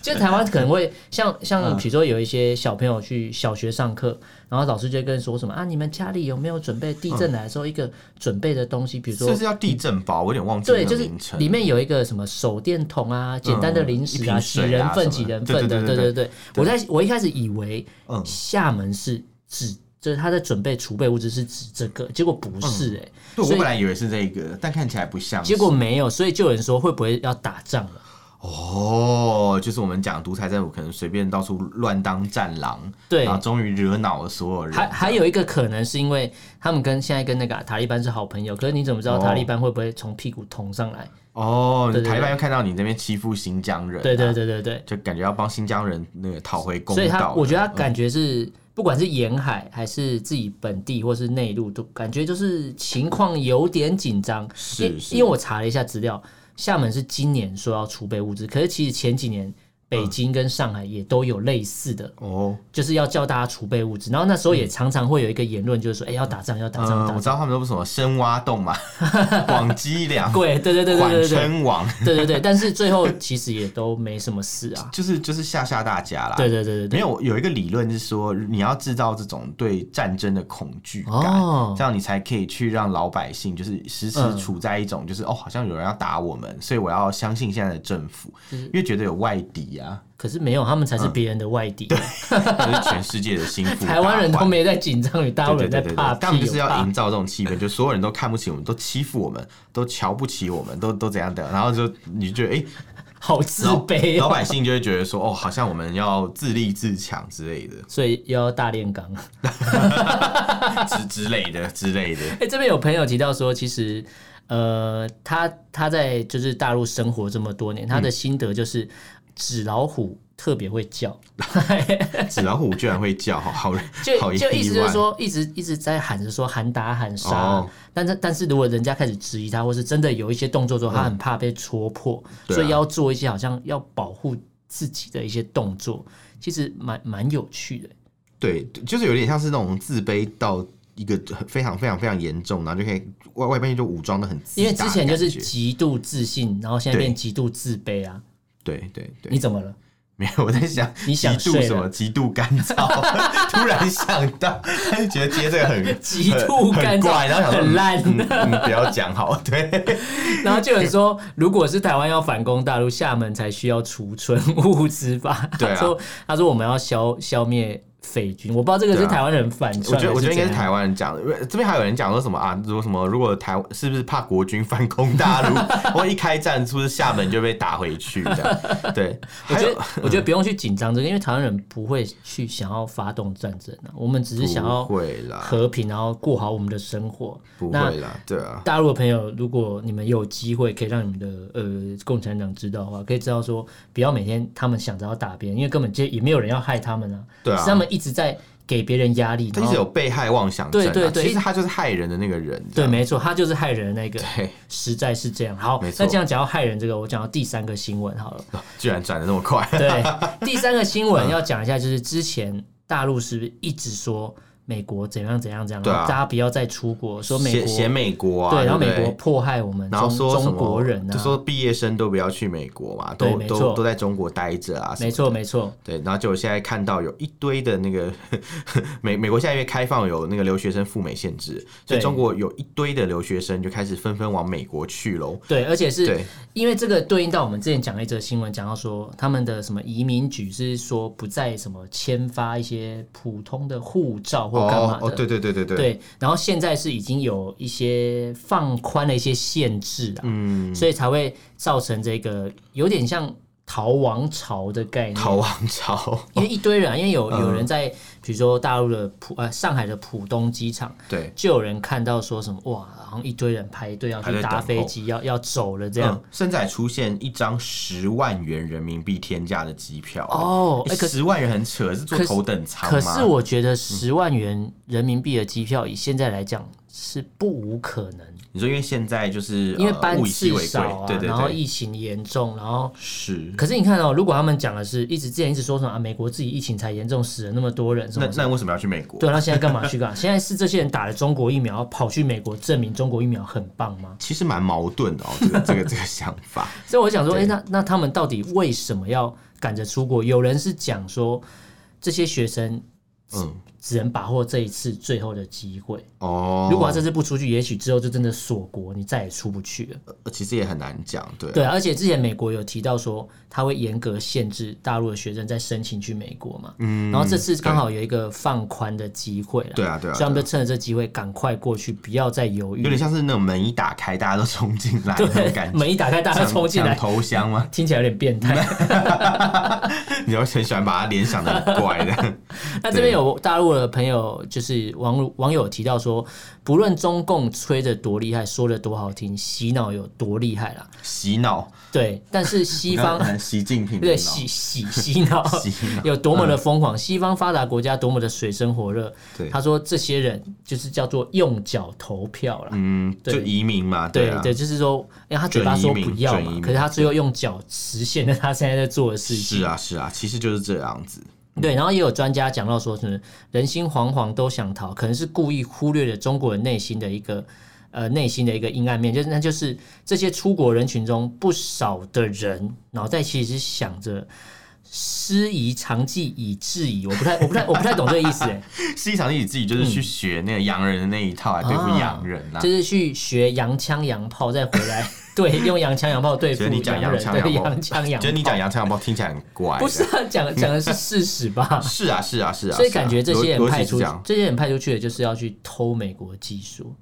[SPEAKER 1] 就台湾可能会像
[SPEAKER 2] 嗯
[SPEAKER 1] 像比如说有一些小朋友去小学上课，然后老师就会跟说什么啊，你们家里有没有准备地震来的时候一个准备的东西，比如
[SPEAKER 2] 这
[SPEAKER 1] 说
[SPEAKER 2] 是叫地震包，我有点忘记
[SPEAKER 1] 对，
[SPEAKER 2] 那
[SPEAKER 1] 就
[SPEAKER 2] 个
[SPEAKER 1] 是
[SPEAKER 2] 名称。
[SPEAKER 1] 里面有一个什么手电筒
[SPEAKER 2] 哦
[SPEAKER 1] 啊，简单的零食啊，
[SPEAKER 2] 一瓶
[SPEAKER 1] 几
[SPEAKER 2] 水啊
[SPEAKER 1] 人份
[SPEAKER 2] 啊什
[SPEAKER 1] 几
[SPEAKER 2] 么的
[SPEAKER 1] 人份的，
[SPEAKER 2] 对
[SPEAKER 1] 对
[SPEAKER 2] 对对
[SPEAKER 1] 对
[SPEAKER 2] 对
[SPEAKER 1] 对。我在我一开始以为
[SPEAKER 2] 嗯
[SPEAKER 1] 厦门是指就是他在准备储备物资是指这个，结果不是哎、
[SPEAKER 2] 对，我
[SPEAKER 1] 所以
[SPEAKER 2] 本来以为是这个，但看起来不像是。
[SPEAKER 1] 结果没有，所以就有人说会不会要打仗了？
[SPEAKER 2] 哦，就是我们讲独裁政府可能随便到处乱当战狼，
[SPEAKER 1] 对
[SPEAKER 2] 然后终于惹恼了所有人。
[SPEAKER 1] 还还有一个可能是因为他们跟现在跟那个啊塔利班是好朋友，可是你怎么知道
[SPEAKER 2] 哦
[SPEAKER 1] 塔利班会不会从屁股捅上来？
[SPEAKER 2] 哦，
[SPEAKER 1] 对对对
[SPEAKER 2] 塔利班又看到你那边欺负新疆人、啊
[SPEAKER 1] 对对，对对对，
[SPEAKER 2] 就感觉要帮新疆人那个讨回公道
[SPEAKER 1] 所
[SPEAKER 2] 了。
[SPEAKER 1] 以他我觉得他
[SPEAKER 2] 嗯
[SPEAKER 1] 感觉是不管是沿海还是自己本地或是内陆，都感觉就是情况有点紧张。
[SPEAKER 2] 是
[SPEAKER 1] 因
[SPEAKER 2] 是
[SPEAKER 1] 因为我查了一下资料，厦门是今年说要储备物资，可是其实前几年北京跟上海也都有类似的
[SPEAKER 2] 哦，
[SPEAKER 1] 就是要叫大家储备物资，然后那时候也常常会有一个言论，就是说，哎、要打仗，要打仗，
[SPEAKER 2] 嗯，
[SPEAKER 1] 打
[SPEAKER 2] 我知
[SPEAKER 1] 仗，
[SPEAKER 2] 道他们都不是什么深挖 洞嘛，广积粮、
[SPEAKER 1] 对 对对对对
[SPEAKER 2] 广
[SPEAKER 1] 对对对
[SPEAKER 2] 称王，。
[SPEAKER 1] 对对对，但是最后其实也都没什么事啊
[SPEAKER 2] 就是就是吓吓大家啦。
[SPEAKER 1] 对对对对
[SPEAKER 2] 没
[SPEAKER 1] 对，
[SPEAKER 2] 有有一个理论是说，你要制造这种对战争的恐惧感，
[SPEAKER 1] 哦
[SPEAKER 2] 这样你才可以去让老百姓就是时时
[SPEAKER 1] 嗯
[SPEAKER 2] 处在一种就是、哦，好像有人要打我们，所以我要相信现在的政府，因为觉得有外敌啊，
[SPEAKER 1] 可是没有，他们才是别人的外
[SPEAKER 2] 嗯
[SPEAKER 1] 敌，
[SPEAKER 2] 就是全世界的心腹大 患，
[SPEAKER 1] 台湾人都没在紧张，与大陆
[SPEAKER 2] 对
[SPEAKER 1] 人在
[SPEAKER 2] 对对对
[SPEAKER 1] 怕
[SPEAKER 2] 对，他们
[SPEAKER 1] 屁哦
[SPEAKER 2] 就是
[SPEAKER 1] 有
[SPEAKER 2] 要
[SPEAKER 1] 怕
[SPEAKER 2] 营。造这种气氛，就所有人都看不起我们，都欺负我们，都瞧不起我们，都都怎样的，然后就你就觉得哎、
[SPEAKER 1] 好自
[SPEAKER 2] 老
[SPEAKER 1] 卑
[SPEAKER 2] 老
[SPEAKER 1] 哦，
[SPEAKER 2] 百姓就会觉得说哦，好像我们要自立自强 之类的，
[SPEAKER 1] 所以要大炼钢。
[SPEAKER 2] 之之类的之类的。
[SPEAKER 1] 哎、这边有朋友提到说，其实，呃，他他在就是大陆生活这么多年，
[SPEAKER 2] 嗯
[SPEAKER 1] 他的心得就是，纸老虎特别会叫，
[SPEAKER 2] 纸老虎居然会叫，好好
[SPEAKER 1] 就
[SPEAKER 2] 好意
[SPEAKER 1] 就意思就是
[SPEAKER 2] 外，
[SPEAKER 1] 说，一直一直在喊着说喊打喊杀，
[SPEAKER 2] 哦
[SPEAKER 1] 但是但是如果人家开始质疑他，或是真的有一些动作之后，他很怕被戳破，
[SPEAKER 2] 嗯对啊
[SPEAKER 1] 所以要做一些好像要保护自己的一些动作，其实蛮蛮有趣的。
[SPEAKER 2] 对，就是有点像是那种自卑到一个非常非常非常严重，然后就可以外外面就武装的很自
[SPEAKER 1] 因为
[SPEAKER 2] 大
[SPEAKER 1] 之
[SPEAKER 2] 的
[SPEAKER 1] 前就是
[SPEAKER 2] 感觉
[SPEAKER 1] 极度自信，然后现在
[SPEAKER 2] 对
[SPEAKER 1] 变极度自卑啊，
[SPEAKER 2] 对对对，
[SPEAKER 1] 你怎么了？
[SPEAKER 2] 没有我在想
[SPEAKER 1] 你想
[SPEAKER 2] 极度
[SPEAKER 1] 睡
[SPEAKER 2] 什
[SPEAKER 1] 了
[SPEAKER 2] 么极度干燥， 突然想到，但是觉得接这个 很
[SPEAKER 1] 极度干
[SPEAKER 2] 很
[SPEAKER 1] 燥
[SPEAKER 2] 怪，然后想说
[SPEAKER 1] 很烂
[SPEAKER 2] 嗯嗯嗯不要讲好， 对，
[SPEAKER 1] 然后就有人 说，如果是台湾要反攻大陆，厦门才需要储存物资吧？
[SPEAKER 2] 对啊
[SPEAKER 1] 他说他说我们要消消灭匪军，我不知道这个是
[SPEAKER 2] 对啊
[SPEAKER 1] 台湾人反
[SPEAKER 2] 我
[SPEAKER 1] 串还怎
[SPEAKER 2] 觉
[SPEAKER 1] 样，
[SPEAKER 2] 得我觉得应该是台湾人讲的，因为这边还有人讲说什么啊，如果什么如果台湾是不是怕国军反攻大陆，我 一开战是不是厦门就被打回去这样？对，
[SPEAKER 1] 我
[SPEAKER 2] 还
[SPEAKER 1] 觉
[SPEAKER 2] 有嗯
[SPEAKER 1] 得，我觉得不用去紧张这个，因为台湾人不会去想要发动战争啊，我们只是想要
[SPEAKER 2] 不会啦
[SPEAKER 1] 和平，然后过好我们的生活。
[SPEAKER 2] 不
[SPEAKER 1] 那
[SPEAKER 2] 会啦，对啊，
[SPEAKER 1] 大陆的朋友，如果你们有机会可以让你们的呃共产党知道的话，可以知道说，不要每天他们想着要打别人，因为根本就也没有人要害他们啊，
[SPEAKER 2] 对啊
[SPEAKER 1] 是他们一直在给别人压力，
[SPEAKER 2] 他
[SPEAKER 1] 然
[SPEAKER 2] 一直有
[SPEAKER 1] 后
[SPEAKER 2] 被害妄想症、啊，
[SPEAKER 1] 对对对
[SPEAKER 2] 其实他就是害人的那个人，这
[SPEAKER 1] 对，
[SPEAKER 2] 样
[SPEAKER 1] 没错，他就是害人的那个，
[SPEAKER 2] 对，
[SPEAKER 1] 实在是这样。好，
[SPEAKER 2] 没
[SPEAKER 1] 那
[SPEAKER 2] 错
[SPEAKER 1] 这样讲到害人这个，我讲到第三个新闻好了。
[SPEAKER 2] 居然转的那么快，嗯
[SPEAKER 1] 对，第三个新闻要讲一下，就是之前大陆是不是一直说美国怎样怎样怎样，
[SPEAKER 2] 对啊
[SPEAKER 1] 然后大家不要再出国，说美
[SPEAKER 2] 写
[SPEAKER 1] 国
[SPEAKER 2] 写美国啊，
[SPEAKER 1] 对，然后
[SPEAKER 2] 不
[SPEAKER 1] 美国迫害我们
[SPEAKER 2] 然后
[SPEAKER 1] 中
[SPEAKER 2] 说什
[SPEAKER 1] 中
[SPEAKER 2] 么
[SPEAKER 1] 国人啊，
[SPEAKER 2] 就说毕业生都不要去美国嘛，
[SPEAKER 1] 对
[SPEAKER 2] 都
[SPEAKER 1] 没
[SPEAKER 2] 都
[SPEAKER 1] 错
[SPEAKER 2] 都在中国待着啊，
[SPEAKER 1] 没错。没错，
[SPEAKER 2] 对，然后就我现在看到有一堆的那个 美美国现在因为开放有那个留学生赴美限制，所
[SPEAKER 1] 对
[SPEAKER 2] 以中国有一堆的留学生就开始纷纷往美国去喽。
[SPEAKER 1] 对，而且是
[SPEAKER 2] 对
[SPEAKER 1] 因为这个对应到我们之前讲了一则新闻，讲到说他们的什么移民局是说不再什么签发一些普通的护照或干嘛
[SPEAKER 2] 哦
[SPEAKER 1] 的，
[SPEAKER 2] 哦，对对对对对，
[SPEAKER 1] 对，然后现在是已经有一些放宽了一些限制啊，
[SPEAKER 2] 嗯，
[SPEAKER 1] 所以才会造成这个有点像逃亡潮的概念。
[SPEAKER 2] 逃亡潮，
[SPEAKER 1] 因为一堆人啊，因为有
[SPEAKER 2] 嗯
[SPEAKER 1] 有人在，比如说大陆的浦呃上海的浦东机场，
[SPEAKER 2] 对，
[SPEAKER 1] 就有人看到说什么哇，好像一堆人排队要
[SPEAKER 2] 排
[SPEAKER 1] 去
[SPEAKER 2] 队
[SPEAKER 1] 搭
[SPEAKER 2] 等
[SPEAKER 1] 飞
[SPEAKER 2] 候嗯
[SPEAKER 1] 机，要要走了这
[SPEAKER 2] 这
[SPEAKER 1] 样。
[SPEAKER 2] 样甚至还出现一张十万元人民币天价的机票。
[SPEAKER 1] 哦，哎、
[SPEAKER 2] 欸，
[SPEAKER 1] 可是
[SPEAKER 2] 十万元很扯，是坐
[SPEAKER 1] 可是
[SPEAKER 2] 头等舱
[SPEAKER 1] 可
[SPEAKER 2] 吗嗯
[SPEAKER 1] 是我觉得十万元人民币的机票，以现在来讲是不无可能，
[SPEAKER 2] 你说因为现在就是
[SPEAKER 1] 因为
[SPEAKER 2] 呃
[SPEAKER 1] 班
[SPEAKER 2] 物以稀
[SPEAKER 1] 次
[SPEAKER 2] 为贵，
[SPEAKER 1] 少啊，
[SPEAKER 2] 对对
[SPEAKER 1] 然后
[SPEAKER 2] 对，
[SPEAKER 1] 疫情严重，然后。
[SPEAKER 2] 是。
[SPEAKER 1] 可是你看哦，如果他们讲的是一直之前一直说什么啊，美国自己疫情才严重，死了那么多人什
[SPEAKER 2] 那
[SPEAKER 1] 么什么，
[SPEAKER 2] 那为什么要去美国？
[SPEAKER 1] 对，那现在干嘛去干嘛？ 现在是这些人打了中国疫苗，跑去美国证明中国疫苗很棒吗？
[SPEAKER 2] 其实蛮矛盾 的哦，这个这个这个想法。
[SPEAKER 1] 所以我想说，哎、
[SPEAKER 2] 对
[SPEAKER 1] 那那他们到底为什么要赶着出国？有人是讲说，这些学生
[SPEAKER 2] 嗯，
[SPEAKER 1] 只能把握这一次最后的机会，
[SPEAKER 2] 哦，
[SPEAKER 1] 如果他这次不出去，也许之后就真的锁国，你再也出不去了。
[SPEAKER 2] 呃其实也很难讲，对。
[SPEAKER 1] 对，而且之前美国有提到说，他会严格限制大陆的学生在申请去美国嘛。
[SPEAKER 2] 嗯
[SPEAKER 1] 然后这次刚好有一个放宽的机会了，
[SPEAKER 2] 对啊对啊
[SPEAKER 1] 所以他们就趁着这机会赶快过去，不要再犹豫。
[SPEAKER 2] 有点像是那种门一打开，大家都冲进来那种
[SPEAKER 1] 对，
[SPEAKER 2] 感 觉，
[SPEAKER 1] 门一打开，大家
[SPEAKER 2] 抢
[SPEAKER 1] 冲进来
[SPEAKER 2] 抢，头 香吗？
[SPEAKER 1] 听起来有点变 态。
[SPEAKER 2] 你要很喜欢把它联想的很怪的，
[SPEAKER 1] 那这边有大陆的朋友，就是网友网友提到说，不论中共吹的多厉害，说的多好听，洗脑有多厉害啦，
[SPEAKER 2] 洗脑。
[SPEAKER 1] 对，但是西方
[SPEAKER 2] 你看习近平的
[SPEAKER 1] 对
[SPEAKER 2] 脑
[SPEAKER 1] 洗洗洗脑
[SPEAKER 2] 洗 脑嗯
[SPEAKER 1] 有多么的疯狂，西方发达国家多么的水深火热。
[SPEAKER 2] 对
[SPEAKER 1] 他说这些人就是叫做用脚投票啦。
[SPEAKER 2] 嗯，
[SPEAKER 1] 对
[SPEAKER 2] 就移民嘛，
[SPEAKER 1] 对
[SPEAKER 2] 啊，
[SPEAKER 1] 对，就是说，因为他嘴巴说不要
[SPEAKER 2] 准移民准移
[SPEAKER 1] 嘛，
[SPEAKER 2] 民
[SPEAKER 1] 可是他最后用脚实现了他现在在做的事情。
[SPEAKER 2] 是啊是啊，其实就是这样子。
[SPEAKER 1] 对，然后也有专家讲到说，是人心惶惶都想逃，可能是故意忽略了中国人内心的一个呃内心的一个阴暗面，就是那就是这些出国人群中不少的人脑袋其实是想着。师夷长技以制夷，我不太，我不太，我不太懂这个意思， 哎，
[SPEAKER 2] 市场你自己就是
[SPEAKER 1] 嗯
[SPEAKER 2] 去学那个洋人的那一套来啊对
[SPEAKER 1] 啊
[SPEAKER 2] 付洋人啦、
[SPEAKER 1] 就是去学洋枪洋炮，再回来 对用洋枪洋炮对付
[SPEAKER 2] 觉得你讲
[SPEAKER 1] 洋
[SPEAKER 2] 洋
[SPEAKER 1] 人，
[SPEAKER 2] 枪
[SPEAKER 1] 对
[SPEAKER 2] 洋炮
[SPEAKER 1] 洋枪洋
[SPEAKER 2] 觉得你
[SPEAKER 1] 炮
[SPEAKER 2] 讲洋枪洋炮听起来很怪，
[SPEAKER 1] 不是啊讲讲的是事实吧？
[SPEAKER 2] 是啊是啊是啊，
[SPEAKER 1] 所以感觉这些人派
[SPEAKER 2] 是
[SPEAKER 1] 出
[SPEAKER 2] 这
[SPEAKER 1] 去
[SPEAKER 2] 样，，
[SPEAKER 1] 这些人派出去的就是要去偷美国技术，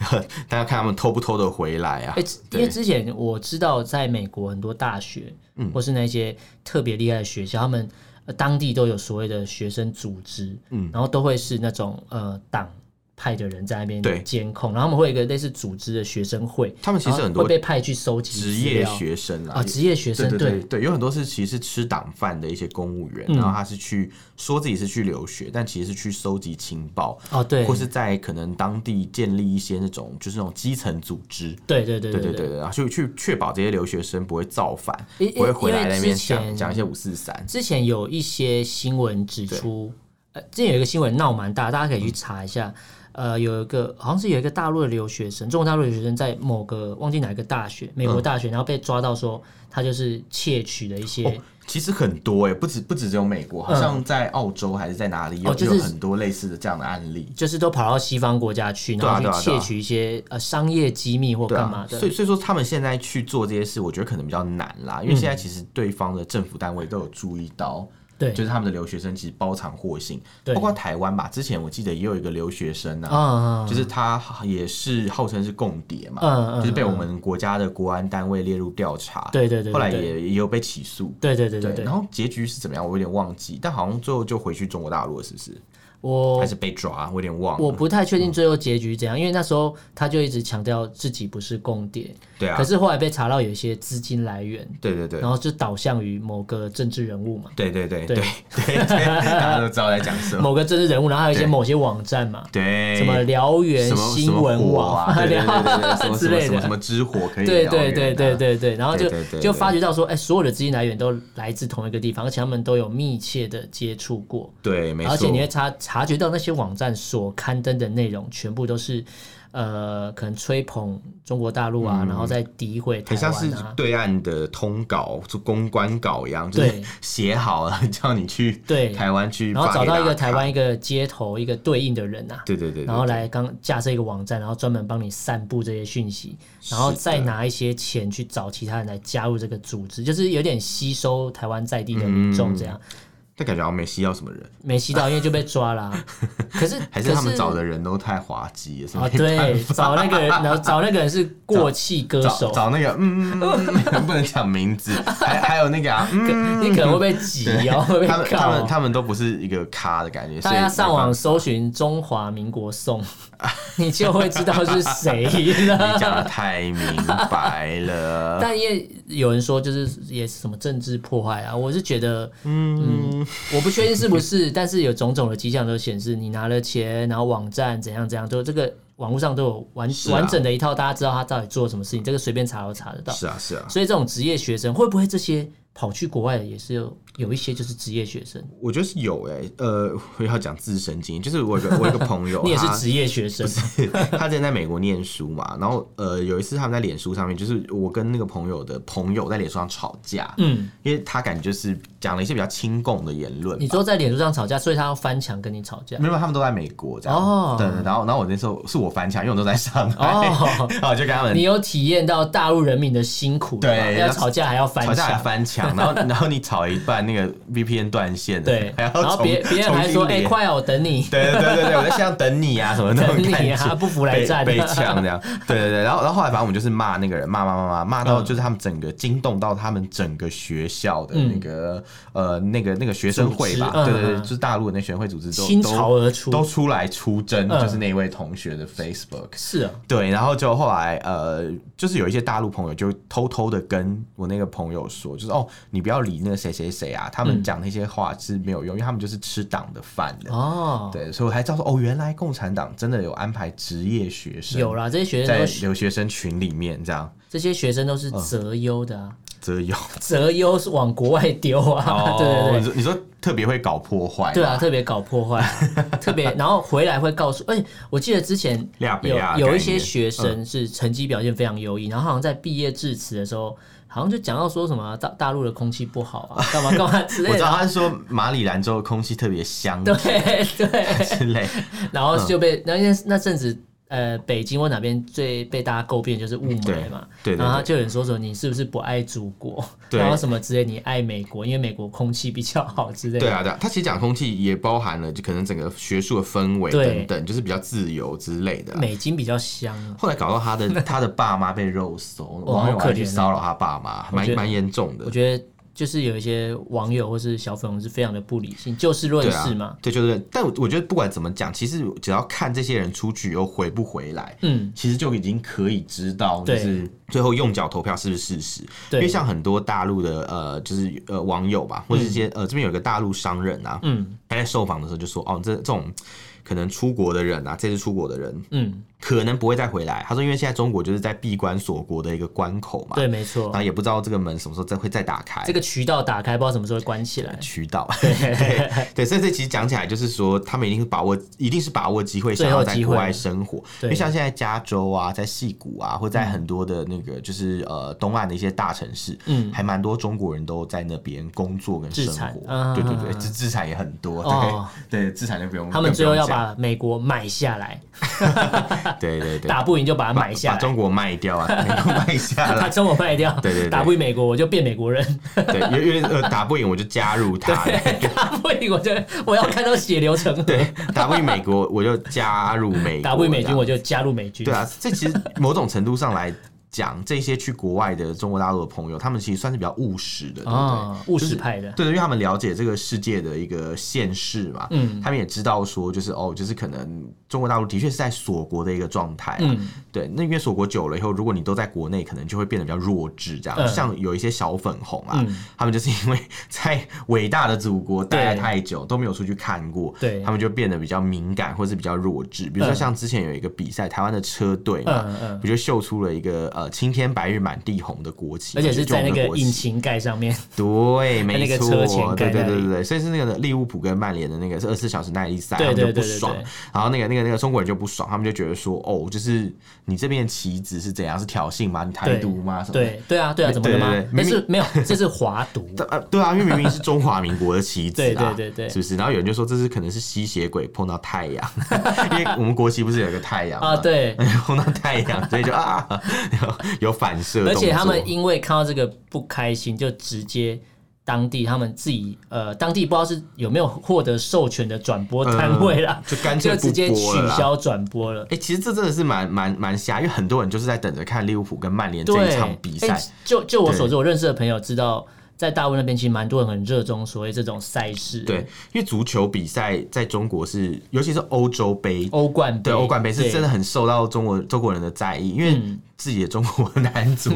[SPEAKER 2] 大家看他们偷不偷的回来啊
[SPEAKER 1] 哎、？之因
[SPEAKER 2] 对
[SPEAKER 1] 为之前我知道，在美国很多大学，
[SPEAKER 2] 嗯
[SPEAKER 1] 或是那些特别厉害的学校，他们、呃当地都有所谓的学生组织，
[SPEAKER 2] 嗯
[SPEAKER 1] 然后都会是那种呃党派的人在那
[SPEAKER 2] 对
[SPEAKER 1] 边监控，然后他们会有一个类似组织的学生会，
[SPEAKER 2] 他们其
[SPEAKER 1] 然
[SPEAKER 2] 实
[SPEAKER 1] 后
[SPEAKER 2] 很
[SPEAKER 1] 啊
[SPEAKER 2] 多
[SPEAKER 1] 会被派去收集
[SPEAKER 2] 职
[SPEAKER 1] 资
[SPEAKER 2] 业
[SPEAKER 1] 料
[SPEAKER 2] 学生啦
[SPEAKER 1] 啊，，职业学
[SPEAKER 2] 对
[SPEAKER 1] 生
[SPEAKER 2] 对对对，有很多是其实是吃党饭的一些公务
[SPEAKER 1] 嗯
[SPEAKER 2] 员，然后他是去说自己是去留学，但其实是去收集情报，
[SPEAKER 1] 哦对，
[SPEAKER 2] 或是在可能当地建立一些那种就是那种基层组织。
[SPEAKER 1] 对对对
[SPEAKER 2] 对
[SPEAKER 1] 对
[SPEAKER 2] 对对对，然后去去确保这些留学生不会造反，
[SPEAKER 1] 因
[SPEAKER 2] 不会回来那
[SPEAKER 1] 因为
[SPEAKER 2] 边
[SPEAKER 1] 之前
[SPEAKER 2] 讲讲一些五四三。
[SPEAKER 1] 之前有一些新闻指出，呃，之前有一个新闻闹蛮大，大家可以去查一下。呃，有一个好像是有一个大陆的留学生，中国大陆留学生在某个忘记哪个大学，美国大学，然后被抓到说他就是窃取了一些，
[SPEAKER 2] 嗯哦，其实很多哎、不止不止只有美国，好像在澳洲还是在哪里有、
[SPEAKER 1] 哦就是
[SPEAKER 2] 有很多类似的这样的案例。
[SPEAKER 1] 就是都跑到西方国家去，
[SPEAKER 2] 对啊
[SPEAKER 1] 然后去
[SPEAKER 2] 对啊对
[SPEAKER 1] 窃
[SPEAKER 2] 啊
[SPEAKER 1] 取一些、呃商业机密或
[SPEAKER 2] 对
[SPEAKER 1] 干嘛
[SPEAKER 2] 啊，
[SPEAKER 1] 的。
[SPEAKER 2] 所以所以说他们现在去做这些事，我觉得可能比较难
[SPEAKER 1] 嗯
[SPEAKER 2] 啦，因为现在其实对方的政府单位都有注意到，
[SPEAKER 1] 对
[SPEAKER 2] 就是他们的留学生其实包藏祸心，
[SPEAKER 1] 对
[SPEAKER 2] 包括台湾吧，之前我记得也有一个留学生啊，
[SPEAKER 1] 啊，
[SPEAKER 2] 就是他也是号称是共谍嘛，
[SPEAKER 1] 嗯嗯
[SPEAKER 2] 就是被我们国家的国安单位列入调查，
[SPEAKER 1] 对对对对
[SPEAKER 2] 后来
[SPEAKER 1] 对
[SPEAKER 2] 也也有被起诉，
[SPEAKER 1] 对对对对对
[SPEAKER 2] 然，后结局是怎么样，我有点忘记，但好像最后就回去中国大陆了，是不是？
[SPEAKER 1] 我
[SPEAKER 2] 还是被抓，我有点忘
[SPEAKER 1] 我
[SPEAKER 2] 了。
[SPEAKER 1] 不太确定最后结局怎样，因为那时候他就一直强调自己不是共谍，
[SPEAKER 2] 对啊
[SPEAKER 1] 可，是后来被查到有一些资金来源，
[SPEAKER 2] 对对对
[SPEAKER 1] 然。后就导向于某个政治人物嘛，
[SPEAKER 2] 对对对
[SPEAKER 1] 对
[SPEAKER 2] 对对，对大家都知道在讲什么。
[SPEAKER 1] 某个政治人物，然后还有一些
[SPEAKER 2] 对
[SPEAKER 1] 某些网站嘛，
[SPEAKER 2] 对，
[SPEAKER 1] 什么燎原
[SPEAKER 2] 什么
[SPEAKER 1] 新闻网
[SPEAKER 2] 什么火啊，对对对对对，什么
[SPEAKER 1] 之
[SPEAKER 2] 什么
[SPEAKER 1] 类
[SPEAKER 2] 什么什
[SPEAKER 1] 的。
[SPEAKER 2] 么之火可以燎
[SPEAKER 1] 对
[SPEAKER 2] 原啊，
[SPEAKER 1] 对对对对对，然后就
[SPEAKER 2] 对对对对
[SPEAKER 1] 就发觉到说，哎，所有的资金来源都来自同一个地方，而且他们都有密切的接触过，
[SPEAKER 2] 对，没错，
[SPEAKER 1] 而且你会察察觉到那些网站所刊登的内容，全部都是呃，可能吹捧中国大陆啊，然后再诋毁台
[SPEAKER 2] 很像是
[SPEAKER 1] 湾啊。
[SPEAKER 2] 对岸的通稿，就公关稿一样，就是
[SPEAKER 1] 对
[SPEAKER 2] 写好了叫你去
[SPEAKER 1] 对
[SPEAKER 2] 台湾去，
[SPEAKER 1] 然后找到一个台湾一，个街头一个对应的人啊，
[SPEAKER 2] 对对对，对
[SPEAKER 1] 然后，来刚架设一个网站，然后专门帮你散布这些讯息，然后
[SPEAKER 2] 是的
[SPEAKER 1] 再拿一些钱去找其他人来加入这个组织，就是有点吸收台湾在地的民
[SPEAKER 2] 嗯
[SPEAKER 1] 众这样。
[SPEAKER 2] 但感觉好像没吸到什么人，
[SPEAKER 1] 没吸到，因为就被抓啦、 可是
[SPEAKER 2] 还是他们找的人都太滑稽了，是
[SPEAKER 1] 啊，
[SPEAKER 2] 吧？
[SPEAKER 1] 对，找那个人，然后找那个人是过气歌
[SPEAKER 2] 找
[SPEAKER 1] 手，
[SPEAKER 2] 找那个，嗯，嗯嗯嗯不能讲名字，还还有那个啊，嗯，
[SPEAKER 1] 你可能会被挤哦，会被
[SPEAKER 2] 他们
[SPEAKER 1] 告
[SPEAKER 2] 他们
[SPEAKER 1] 哦。
[SPEAKER 2] 他们都不是一个咖的感觉，
[SPEAKER 1] 大
[SPEAKER 2] 所以
[SPEAKER 1] 家
[SPEAKER 2] 没
[SPEAKER 1] 上
[SPEAKER 2] 办
[SPEAKER 1] 网
[SPEAKER 2] 法
[SPEAKER 1] 搜寻“中华民国颂”，你就会知道是谁
[SPEAKER 2] 你讲的
[SPEAKER 1] 了。
[SPEAKER 2] 太明白 了。
[SPEAKER 1] 但也有人说，就是也是什么政治破坏啊，我是觉得，
[SPEAKER 2] 嗯，
[SPEAKER 1] 我不确定是不是， 但是有种种的迹象都显示，你拿了钱，然后网站怎样怎样，都这个网络上都有完、
[SPEAKER 2] 啊
[SPEAKER 1] 完整的一套，大家知道他到底做了什么事情，这个随便查都查得到。
[SPEAKER 2] 是啊是啊，
[SPEAKER 1] 所以这种职业学生会不会这些跑去国外的也是有有一些就是职业学生？
[SPEAKER 2] 我觉得是有哎、呃，我要讲自身经验，就是我有个我有个啊朋 友，
[SPEAKER 1] 你也是
[SPEAKER 2] 他
[SPEAKER 1] 职业学生，
[SPEAKER 2] 他之前在美国念书嘛，然后呃有一次他们在脸书上面，就是我跟那个朋友的朋友在脸书上吵架，
[SPEAKER 1] 嗯，
[SPEAKER 2] 因为他感觉就是讲了一些比较亲共的言论吧，
[SPEAKER 1] 你说在脸书上吵架，所以他要翻墙跟你吵架
[SPEAKER 2] 没。有，他们都在美国这样。
[SPEAKER 1] 哦
[SPEAKER 2] 对，然后然后我那时候是我翻墙，因为我都在上海，
[SPEAKER 1] 哦
[SPEAKER 2] 然后我就跟他们
[SPEAKER 1] 你有体验到大陆人民的辛苦了吧
[SPEAKER 2] 对
[SPEAKER 1] 要吵架还要翻
[SPEAKER 2] 吵架还
[SPEAKER 1] 墙，
[SPEAKER 2] 翻墙， 然后然后你吵一半，那个 VPN 断线了，
[SPEAKER 1] 对，
[SPEAKER 2] 还要
[SPEAKER 1] 然后
[SPEAKER 2] 重
[SPEAKER 1] 别别人还说，
[SPEAKER 2] 重新
[SPEAKER 1] 哎，
[SPEAKER 2] 连
[SPEAKER 1] 快啊，我等你，
[SPEAKER 2] 对对对对对，我在线上等你啊，什么那 种
[SPEAKER 1] 等你
[SPEAKER 2] 感觉，
[SPEAKER 1] 啊不服来战
[SPEAKER 2] 被被呛 这样。对对对，然后然后后来反正我们就是骂那个人，骂骂骂骂骂
[SPEAKER 1] 嗯
[SPEAKER 2] 到就是他们整个惊动到他们整个学校的那个、呃那个那个学生会吧
[SPEAKER 1] 组，织
[SPEAKER 2] 对对对，
[SPEAKER 1] 嗯嗯
[SPEAKER 2] 就是大陆的那学生会组织都
[SPEAKER 1] 倾巢而出
[SPEAKER 2] 都都出来出征，
[SPEAKER 1] 嗯
[SPEAKER 2] 就是那位同学的 Facebook。
[SPEAKER 1] 是啊，
[SPEAKER 2] 对，然后就后来呃，就是有一些大陆朋友就偷偷的跟我那个朋友说，就是哦，你不要理那个谁谁谁啊，他们讲那些话是没有用，因为他们就是吃党的饭的。
[SPEAKER 1] 嗯哦，
[SPEAKER 2] 对，所以我才知道说，哦，原来共产党真的有安排职业学生，
[SPEAKER 1] 有啦，这些学生
[SPEAKER 2] 在嗯
[SPEAKER 1] 都
[SPEAKER 2] 留学生群里面这样
[SPEAKER 1] 这些学生都是择优的啊，
[SPEAKER 2] 择优。
[SPEAKER 1] 择优是往国外丢
[SPEAKER 2] 哦
[SPEAKER 1] 啊，对对对，
[SPEAKER 2] 你说你说特别会搞破坏，
[SPEAKER 1] 对啊，，特别搞破坏啊，特别然后回来会告诉，而且我记得之 前
[SPEAKER 2] 俩北
[SPEAKER 1] 有
[SPEAKER 2] 啊
[SPEAKER 1] 有
[SPEAKER 2] 概
[SPEAKER 1] 一些
[SPEAKER 2] 念
[SPEAKER 1] 学生是成绩表现非常优异，然后好像在毕业致辞的时候，好像就讲到说什么大大陆的空气不好啊，干嘛干嘛之
[SPEAKER 2] 我
[SPEAKER 1] 类
[SPEAKER 2] 知
[SPEAKER 1] 的
[SPEAKER 2] 道
[SPEAKER 1] 啊。
[SPEAKER 2] 他是说马里兰州的空气特别香
[SPEAKER 1] 对对，
[SPEAKER 2] 之类，
[SPEAKER 1] 然后
[SPEAKER 2] 嗯
[SPEAKER 1] 就被那那那阵子，呃，北京或哪边最被大家诟病的就是雾霾嘛。
[SPEAKER 2] 嗯对对对
[SPEAKER 1] 然后他就有人说说你是不是不爱祖国，
[SPEAKER 2] 对
[SPEAKER 1] 然后什么之类，你爱美国，因为美国空气比较好之类的。
[SPEAKER 2] 对啊，对啊，他其实讲空气也包含了，就可能整个学术的氛围
[SPEAKER 1] 对
[SPEAKER 2] 等等，就是比较自由之类的啦。
[SPEAKER 1] 美金比较香啊。
[SPEAKER 2] 后来搞到他的他的爸妈被肉搜，
[SPEAKER 1] 哇
[SPEAKER 2] 网友
[SPEAKER 1] 好可
[SPEAKER 2] 还
[SPEAKER 1] 怜
[SPEAKER 2] 去
[SPEAKER 1] 哦
[SPEAKER 2] 骚扰他爸妈，蛮
[SPEAKER 1] 觉得
[SPEAKER 2] 蛮严重的
[SPEAKER 1] 我。觉得就是有一些网友或是小粉红是非常的不理性，就事论
[SPEAKER 2] 对
[SPEAKER 1] 事
[SPEAKER 2] 啊，
[SPEAKER 1] 嘛。
[SPEAKER 2] 对，就是，但我我觉得不管怎么讲，其实只要看这些人出去又回不回来，
[SPEAKER 1] 嗯，
[SPEAKER 2] 其实就已经可以知道，就
[SPEAKER 1] 对
[SPEAKER 2] 是最后用脚投票是不是事实。因
[SPEAKER 1] 对
[SPEAKER 2] 为像很多大陆的呃，就是呃网友吧，或者一些、呃这边有一个大陆商人啊，
[SPEAKER 1] 嗯
[SPEAKER 2] 他在受访的时候就说，哦，这这种可能出国的人啊，这次出国的人。
[SPEAKER 1] 嗯，
[SPEAKER 2] 可能不会再回来。他说，因为现在中国就是在闭关锁国的一个关口嘛，
[SPEAKER 1] 对，没
[SPEAKER 2] 然
[SPEAKER 1] 错
[SPEAKER 2] 后，也不知道这个门什么时候再会再打开。
[SPEAKER 1] 这个渠道打开，不知道什么时候会关起来。
[SPEAKER 2] 渠道， 对对，所以这其实讲起来就是说，他们一定是把握，一定是把握机会，
[SPEAKER 1] 最
[SPEAKER 2] 想
[SPEAKER 1] 后
[SPEAKER 2] 要在
[SPEAKER 1] 机
[SPEAKER 2] 国
[SPEAKER 1] 会
[SPEAKER 2] 外生活。因为
[SPEAKER 1] 对
[SPEAKER 2] 像现在加州啊，在戏谷啊，或在很多的那个就是呃东岸的一些大城市，
[SPEAKER 1] 嗯
[SPEAKER 2] 还蛮多中国人都在那边工作跟生
[SPEAKER 1] 自产
[SPEAKER 2] 活。
[SPEAKER 1] 啊
[SPEAKER 2] 对对对，资资产也很多，
[SPEAKER 1] 哦
[SPEAKER 2] 对对，资产就不用。
[SPEAKER 1] 他们最后
[SPEAKER 2] 就
[SPEAKER 1] 要
[SPEAKER 2] 不用
[SPEAKER 1] 把美国买下来，
[SPEAKER 2] 讲对对对
[SPEAKER 1] 打不赢就把它买
[SPEAKER 2] 把
[SPEAKER 1] 下来，
[SPEAKER 2] 中国卖掉啊， 美国卖下
[SPEAKER 1] 把
[SPEAKER 2] 来。
[SPEAKER 1] 中国卖掉，
[SPEAKER 2] 对对对
[SPEAKER 1] 打不赢美国我就变美国人，
[SPEAKER 2] 对，有有点呃打不赢我就加入他。
[SPEAKER 1] 打不赢我就我要看到血流成河，
[SPEAKER 2] 对，打不赢美国我就加入美 国，
[SPEAKER 1] 打不赢美
[SPEAKER 2] 这
[SPEAKER 1] 军
[SPEAKER 2] 样
[SPEAKER 1] 我就加入美军。
[SPEAKER 2] 对啊，这其实某种程度上来讲，这些去国外的中国大陆的朋友，他们其实算是比较务实的，对不对？
[SPEAKER 1] 啊，务实派的，
[SPEAKER 2] 对，因为他们了解这个世界的一个现实嘛，
[SPEAKER 1] 嗯
[SPEAKER 2] 他们也知道说，就是哦，就是可能中国大陆的确是在锁国的一个状态、啊，
[SPEAKER 1] 嗯
[SPEAKER 2] 对，那因为锁国久了以后，如果你都在国内，可能就会变得比较弱智，这样、
[SPEAKER 1] 嗯
[SPEAKER 2] 像有一些小粉红啊，
[SPEAKER 1] 嗯
[SPEAKER 2] 他们就是因为在伟大的祖国待
[SPEAKER 1] 对
[SPEAKER 2] 了太久，都没有出去看过，
[SPEAKER 1] 对
[SPEAKER 2] 他们就变得比较敏感或是比较弱智，比如说
[SPEAKER 1] 嗯
[SPEAKER 2] 像之前有一个比赛，台湾的车队嘛，
[SPEAKER 1] 嗯嗯
[SPEAKER 2] 不就秀出了一个呃青天白日满地红的国旗，
[SPEAKER 1] 而且是在那
[SPEAKER 2] 就我们的
[SPEAKER 1] 个
[SPEAKER 2] 国旗
[SPEAKER 1] 引擎盖上 面。
[SPEAKER 2] 对，
[SPEAKER 1] 那
[SPEAKER 2] 没
[SPEAKER 1] 个
[SPEAKER 2] 错，
[SPEAKER 1] 车前
[SPEAKER 2] 对
[SPEAKER 1] 盖
[SPEAKER 2] 对
[SPEAKER 1] 那
[SPEAKER 2] 对
[SPEAKER 1] 里
[SPEAKER 2] 对对，所以是那个利物浦跟曼联的那个是二十四小时耐力赛，
[SPEAKER 1] 对对
[SPEAKER 2] 他们
[SPEAKER 1] 对
[SPEAKER 2] 就不
[SPEAKER 1] 对
[SPEAKER 2] 爽
[SPEAKER 1] 对。
[SPEAKER 2] 然后那个那个那个中国人就不爽，他们就觉得说，哦，就是你这边的旗子是怎样？是挑衅吗？你台独吗？什么的？
[SPEAKER 1] 对对啊，对啊，怎么了吗
[SPEAKER 2] 对对对？
[SPEAKER 1] 但
[SPEAKER 2] 明
[SPEAKER 1] 是 没有，这是华独。
[SPEAKER 2] 但呃， 对啊，因为明明是中华民国的旗子啊，
[SPEAKER 1] 对对对对
[SPEAKER 2] 是不是？然后有人就说这是可能是吸血鬼碰到太 阳，因为我们国旗不是有一个太阳吗
[SPEAKER 1] 啊，，对，
[SPEAKER 2] 碰到太阳，所以就啊， 有 有反射动
[SPEAKER 1] 而
[SPEAKER 2] 作，
[SPEAKER 1] 且他们因为看到这个不开心，就直接当地他们自己呃，当地不知道是有没有获得授权的转播单位啦，
[SPEAKER 2] 呃嗯就干脆
[SPEAKER 1] 就
[SPEAKER 2] 不
[SPEAKER 1] 直接
[SPEAKER 2] 播了
[SPEAKER 1] 取
[SPEAKER 2] 啦
[SPEAKER 1] 消转播了。
[SPEAKER 2] 哎、其实这真的是蛮蛮蛮瞎，因为很多人就是在等着看利物浦跟曼联这
[SPEAKER 1] 对，
[SPEAKER 2] 一场比赛。
[SPEAKER 1] 欸就就我所知，我认识的朋友知道，在大陆那边其实蛮多人很热衷所谓这种赛事，
[SPEAKER 2] 对，，因为足球比赛在中国是，尤其是欧洲杯，
[SPEAKER 1] 欧冠杯，
[SPEAKER 2] 对欧冠杯
[SPEAKER 1] 哦
[SPEAKER 2] 是
[SPEAKER 1] 对嗯
[SPEAKER 2] 真的很受到中国中国人的在意，因为自己的中国 男足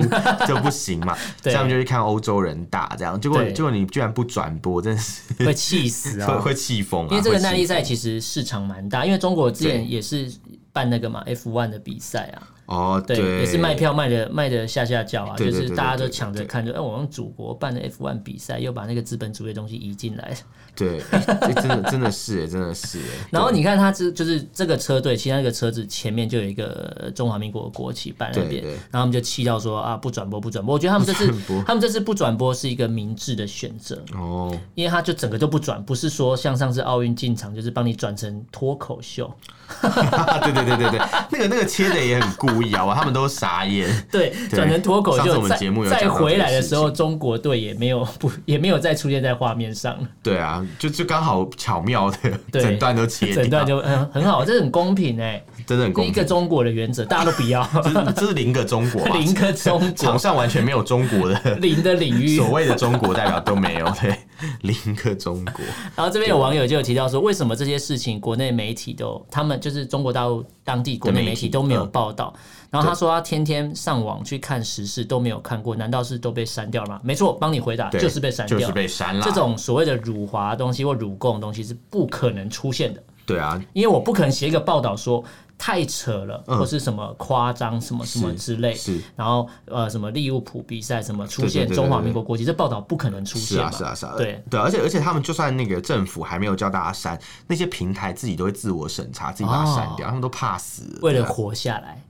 [SPEAKER 2] 就不行嘛，所
[SPEAKER 1] 对
[SPEAKER 2] 以他们就去看欧洲人打这样，结果
[SPEAKER 1] 对
[SPEAKER 2] 结果你居然不转播，真的是
[SPEAKER 1] 会气死
[SPEAKER 2] 会
[SPEAKER 1] 啊！
[SPEAKER 2] 会气疯啊！
[SPEAKER 1] 因为这个
[SPEAKER 2] 会气
[SPEAKER 1] 耐力赛其实市场蛮大，因为中国之
[SPEAKER 2] 对
[SPEAKER 1] 前也是办那个嘛 F1 的比赛啊，
[SPEAKER 2] 哦，
[SPEAKER 1] 对，也是卖票卖的卖的下下叫啊，
[SPEAKER 2] 对
[SPEAKER 1] 就
[SPEAKER 2] 对
[SPEAKER 1] 是
[SPEAKER 2] 对
[SPEAKER 1] 大家
[SPEAKER 2] 对
[SPEAKER 1] 都
[SPEAKER 2] 对
[SPEAKER 1] 抢着
[SPEAKER 2] 对
[SPEAKER 1] 看着，哎，我用祖国办的 F1 比赛，又把那个资本主义的东西移进来，
[SPEAKER 2] 对，欸这真的真的是欸真的是欸，
[SPEAKER 1] 然后你看他这就是这个车队，其他那个车子前面就有一个中华民国的国旗摆在那
[SPEAKER 2] 对
[SPEAKER 1] 边，
[SPEAKER 2] 对
[SPEAKER 1] 然后他们就气到说啊不转播不转播，我觉得他们这次
[SPEAKER 2] 不转播
[SPEAKER 1] 他们这次不转播是一个明智的选择，
[SPEAKER 2] 对哦。
[SPEAKER 1] 因为他就整个都不转，不是说像上次奥运进场就是帮你转成脱口秀，
[SPEAKER 2] 对对对对对，那个那个切的也很故意啊，哇他们都傻眼。
[SPEAKER 1] 对，转成脱口
[SPEAKER 2] 上次我
[SPEAKER 1] 秀，
[SPEAKER 2] 们
[SPEAKER 1] 再
[SPEAKER 2] 节目有讲
[SPEAKER 1] 再
[SPEAKER 2] 到这个
[SPEAKER 1] 回来的
[SPEAKER 2] 事
[SPEAKER 1] 时候，
[SPEAKER 2] 情
[SPEAKER 1] 中国队也没有不也没有再出现在画面上了，
[SPEAKER 2] 对啊，就就刚好巧妙的
[SPEAKER 1] 对
[SPEAKER 2] 整段都切掉，
[SPEAKER 1] 整段就很很好，这很公平哎、
[SPEAKER 2] 真的很
[SPEAKER 1] 欸，
[SPEAKER 2] 公
[SPEAKER 1] 一个
[SPEAKER 2] 平。
[SPEAKER 1] 中国的原则，大家都不 要
[SPEAKER 2] 这是这是零个中 国吧？啊
[SPEAKER 1] 零个中
[SPEAKER 2] 场
[SPEAKER 1] 国
[SPEAKER 2] 上完全没有中国 的
[SPEAKER 1] 零的领域
[SPEAKER 2] 所。谓的中国代表都没有，对，零个中国。
[SPEAKER 1] 然后这边有网友就有提到说，为什么这些事情国内媒体都，他们就是中国大陆当地国内媒体都没有报道？然后他说他天天上网去看时事都没有看过，难道是都被删掉了吗？没错，帮你回答，
[SPEAKER 2] 对，
[SPEAKER 1] 就是被删掉了。
[SPEAKER 2] 就是被删了。
[SPEAKER 1] 这种所谓的辱华的东西或辱共的东西是不可能出现的，
[SPEAKER 2] 对啊，
[SPEAKER 1] 因为我不可能写一个报道说太扯了，
[SPEAKER 2] 嗯
[SPEAKER 1] 或是什么夸张什么什么之类。
[SPEAKER 2] 是
[SPEAKER 1] 然后呃，什么利物浦比赛什么出
[SPEAKER 2] 对对
[SPEAKER 1] 现
[SPEAKER 2] 对对
[SPEAKER 1] 中华
[SPEAKER 2] 对
[SPEAKER 1] 民国国旗，这报道不可能出
[SPEAKER 2] 是
[SPEAKER 1] 现嘛？
[SPEAKER 2] 啊是啊是啊，
[SPEAKER 1] 对
[SPEAKER 2] 对，而且而且他们就算那个政府还没有叫大家删，那些平台自己都会自我审查，自己把它删掉，他们都怕死。
[SPEAKER 1] 哦为了
[SPEAKER 2] 对啊
[SPEAKER 1] 活下来。